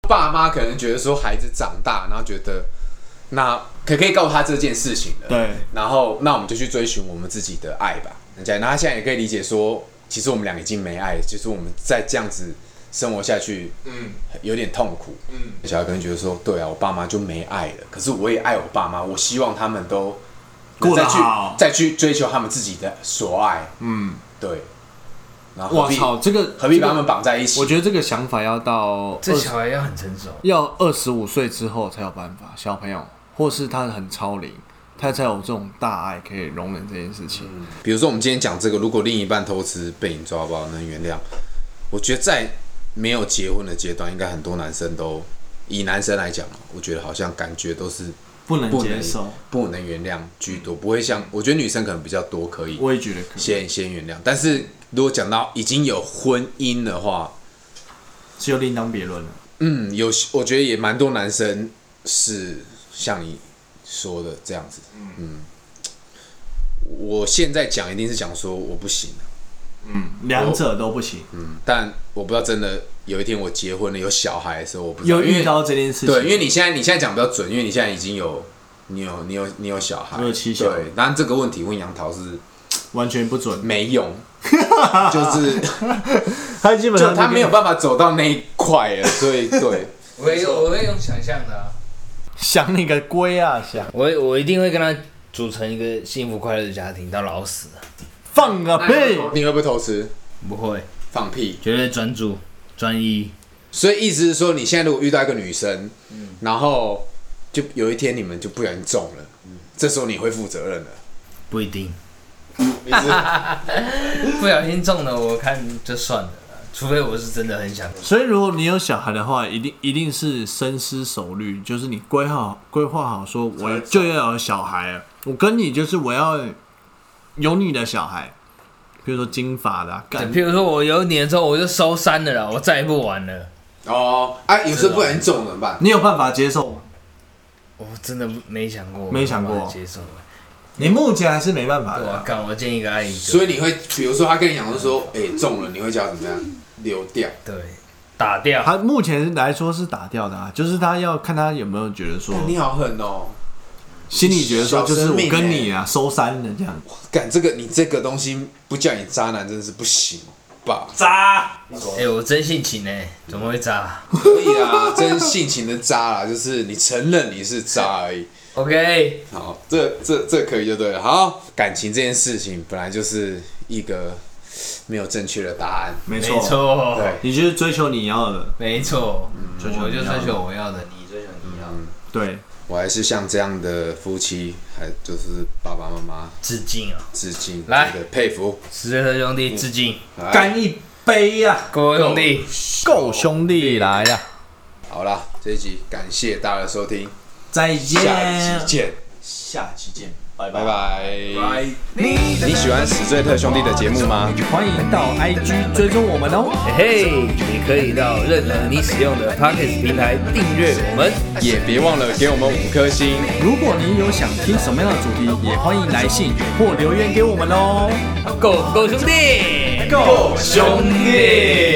Speaker 1: 爸妈可能觉得说孩子长大，然后觉得那可可以告诉他这件事情了，
Speaker 2: 对，
Speaker 1: 然后那我们就去追寻我们自己的爱吧。人家，那他现在也可以理解说，其实我们俩已经没爱，其实我们再这样子生活下去，嗯，有点痛苦，嗯，小孩可能觉得说，对啊，我爸妈就没爱了，可是我也爱我爸妈，我希望他们都
Speaker 2: 过得
Speaker 1: 再去
Speaker 2: 好
Speaker 1: 再去追求他们自己的所爱，嗯，对。然后何
Speaker 2: 我
Speaker 1: 必
Speaker 2: 操，这个
Speaker 1: 何必把他
Speaker 2: 这个
Speaker 1: 们绑在一起？
Speaker 2: 我觉得这个想法要到
Speaker 3: 这
Speaker 2: 20
Speaker 3: 小孩要很成熟。
Speaker 2: 要二十五岁之后才有办法，小朋友或是他很超龄，他才有这种大爱可以容忍这件事情。
Speaker 1: 比如说我们今天讲这个，如果另一半偷吃被你抓包能原谅，我觉得在没有结婚的阶段，应该很多男生都以男生来讲啊，我觉得好像感觉都是
Speaker 2: 不能
Speaker 1: 不
Speaker 2: 接
Speaker 1: 能
Speaker 2: 受，
Speaker 1: 不能原谅居多，不会像我觉得女生可能比较多可以
Speaker 2: 我也觉得可以，
Speaker 1: 先先原谅，但是如果讲到已经有婚姻的话，
Speaker 2: 是又另当别论了。
Speaker 1: 嗯，有些我觉得也蛮多男生是像你说的这样子，嗯，我现在讲一定是讲说我不行，
Speaker 2: 两者都不行。
Speaker 1: 嗯但我不知道真的有一天我结婚了有小孩的时候，我不知道
Speaker 2: 有
Speaker 1: 因
Speaker 2: 遇
Speaker 1: 为
Speaker 2: 到这件事情，
Speaker 1: 对，因为你现在你现在讲比较准，因为你现在已经有你有你有你有小孩，
Speaker 2: 我有妻小
Speaker 1: 对，但这个问题问杨桃是
Speaker 2: 完全不准，
Speaker 1: 没 用，就是
Speaker 2: 他基本
Speaker 1: 就
Speaker 2: 上
Speaker 1: 他没有办法走到那一块了，所以对，
Speaker 3: 我会我会用想象的啊，
Speaker 2: 想你个龟啊，想
Speaker 3: 我会我一定会跟他组成一个幸福快乐的家庭到老死，
Speaker 2: 放个屁！
Speaker 1: 你会不会偷吃？
Speaker 3: 不会，
Speaker 1: 放屁！
Speaker 3: 绝对专注专一。
Speaker 1: 所以意思是说，你现在如果遇到一个女生，
Speaker 2: 嗯
Speaker 1: 然后就有一天你们就不小心中了，
Speaker 2: 嗯
Speaker 1: 这时候你会负责任的。
Speaker 3: 不一定，
Speaker 1: 你是
Speaker 3: 不小心中了，我看就算了啦，除非我是真的很想。
Speaker 2: 所以如果你有小孩的话，一定一定是深思熟虑，就是你规划规划好，说我就要有小孩了，我跟你就是我要有你的小孩，比如说金发的、啊，
Speaker 3: 对
Speaker 2: 干
Speaker 3: 譬如说我有你之后，我就收山了啦，我再也不玩了。
Speaker 1: 哦，啊，有时候不小心中了怎么办？
Speaker 2: 你有办法接受吗？
Speaker 3: 我真的没想过，
Speaker 2: 没想过
Speaker 3: 我接受。
Speaker 2: 你目前还是没办法
Speaker 3: 对
Speaker 2: 的
Speaker 3: 啊
Speaker 2: 啊、，
Speaker 3: 干，我见一个爱一个，
Speaker 1: 所以你会，比如说他跟你讲说，哎、中了，你会叫他怎么样？流掉。
Speaker 3: 对打掉。哎
Speaker 2: 他目前来说是打掉的啊，就是他要看他有没有觉得说，
Speaker 1: 你好狠哦！
Speaker 2: 心里觉得说，就是
Speaker 1: 小生
Speaker 2: 我
Speaker 1: 命
Speaker 2: 跟你啊收山的这样。
Speaker 1: 干这个，你这个东西不叫你渣男真的是不行吧？
Speaker 4: 渣，
Speaker 3: 哎、我真性情哎、怎么会渣
Speaker 1: 可以啊，真性情的渣啦，就是你承认你是渣而已。
Speaker 3: ？OK，
Speaker 1: 好，这这这可以就对了。好，感情这件事情本来就是一个没有正确的答案。
Speaker 2: 没
Speaker 3: 没错，
Speaker 1: 对，
Speaker 2: 你就是追求你要的，
Speaker 3: 没错，
Speaker 2: 追求
Speaker 3: 我
Speaker 2: 你
Speaker 3: 就
Speaker 2: 要的
Speaker 3: 追求我嗯要的，你追求你要的，
Speaker 2: 对，
Speaker 1: 我还是向这样的夫妻，还就是爸爸妈妈
Speaker 3: 致敬啊，
Speaker 1: 致敬，
Speaker 3: 来
Speaker 1: 真的佩服。
Speaker 3: 石头兄弟致敬，
Speaker 1: 来
Speaker 2: 干一杯呀、啊，
Speaker 3: 各位兄弟，
Speaker 2: 够兄弟来啊呀、
Speaker 1: 好啦，这一集感谢大家的收听，
Speaker 2: 再见，
Speaker 1: 下一集见，
Speaker 4: 下期见，拜
Speaker 1: 拜。拜。
Speaker 4: 拜。
Speaker 1: 你喜欢死罪特兄弟的节目吗？
Speaker 2: 欢迎到 IG 追踪我们哦。
Speaker 3: 嘿嘿，也可以到任何你使用的 Podcast 平台订阅我们。
Speaker 1: 也别忘了给我们五颗星。
Speaker 2: 如果你有想听什么样的主题，也欢迎来信或留言给我们哦。
Speaker 3: 狗狗兄弟，
Speaker 2: 够
Speaker 3: 兄弟。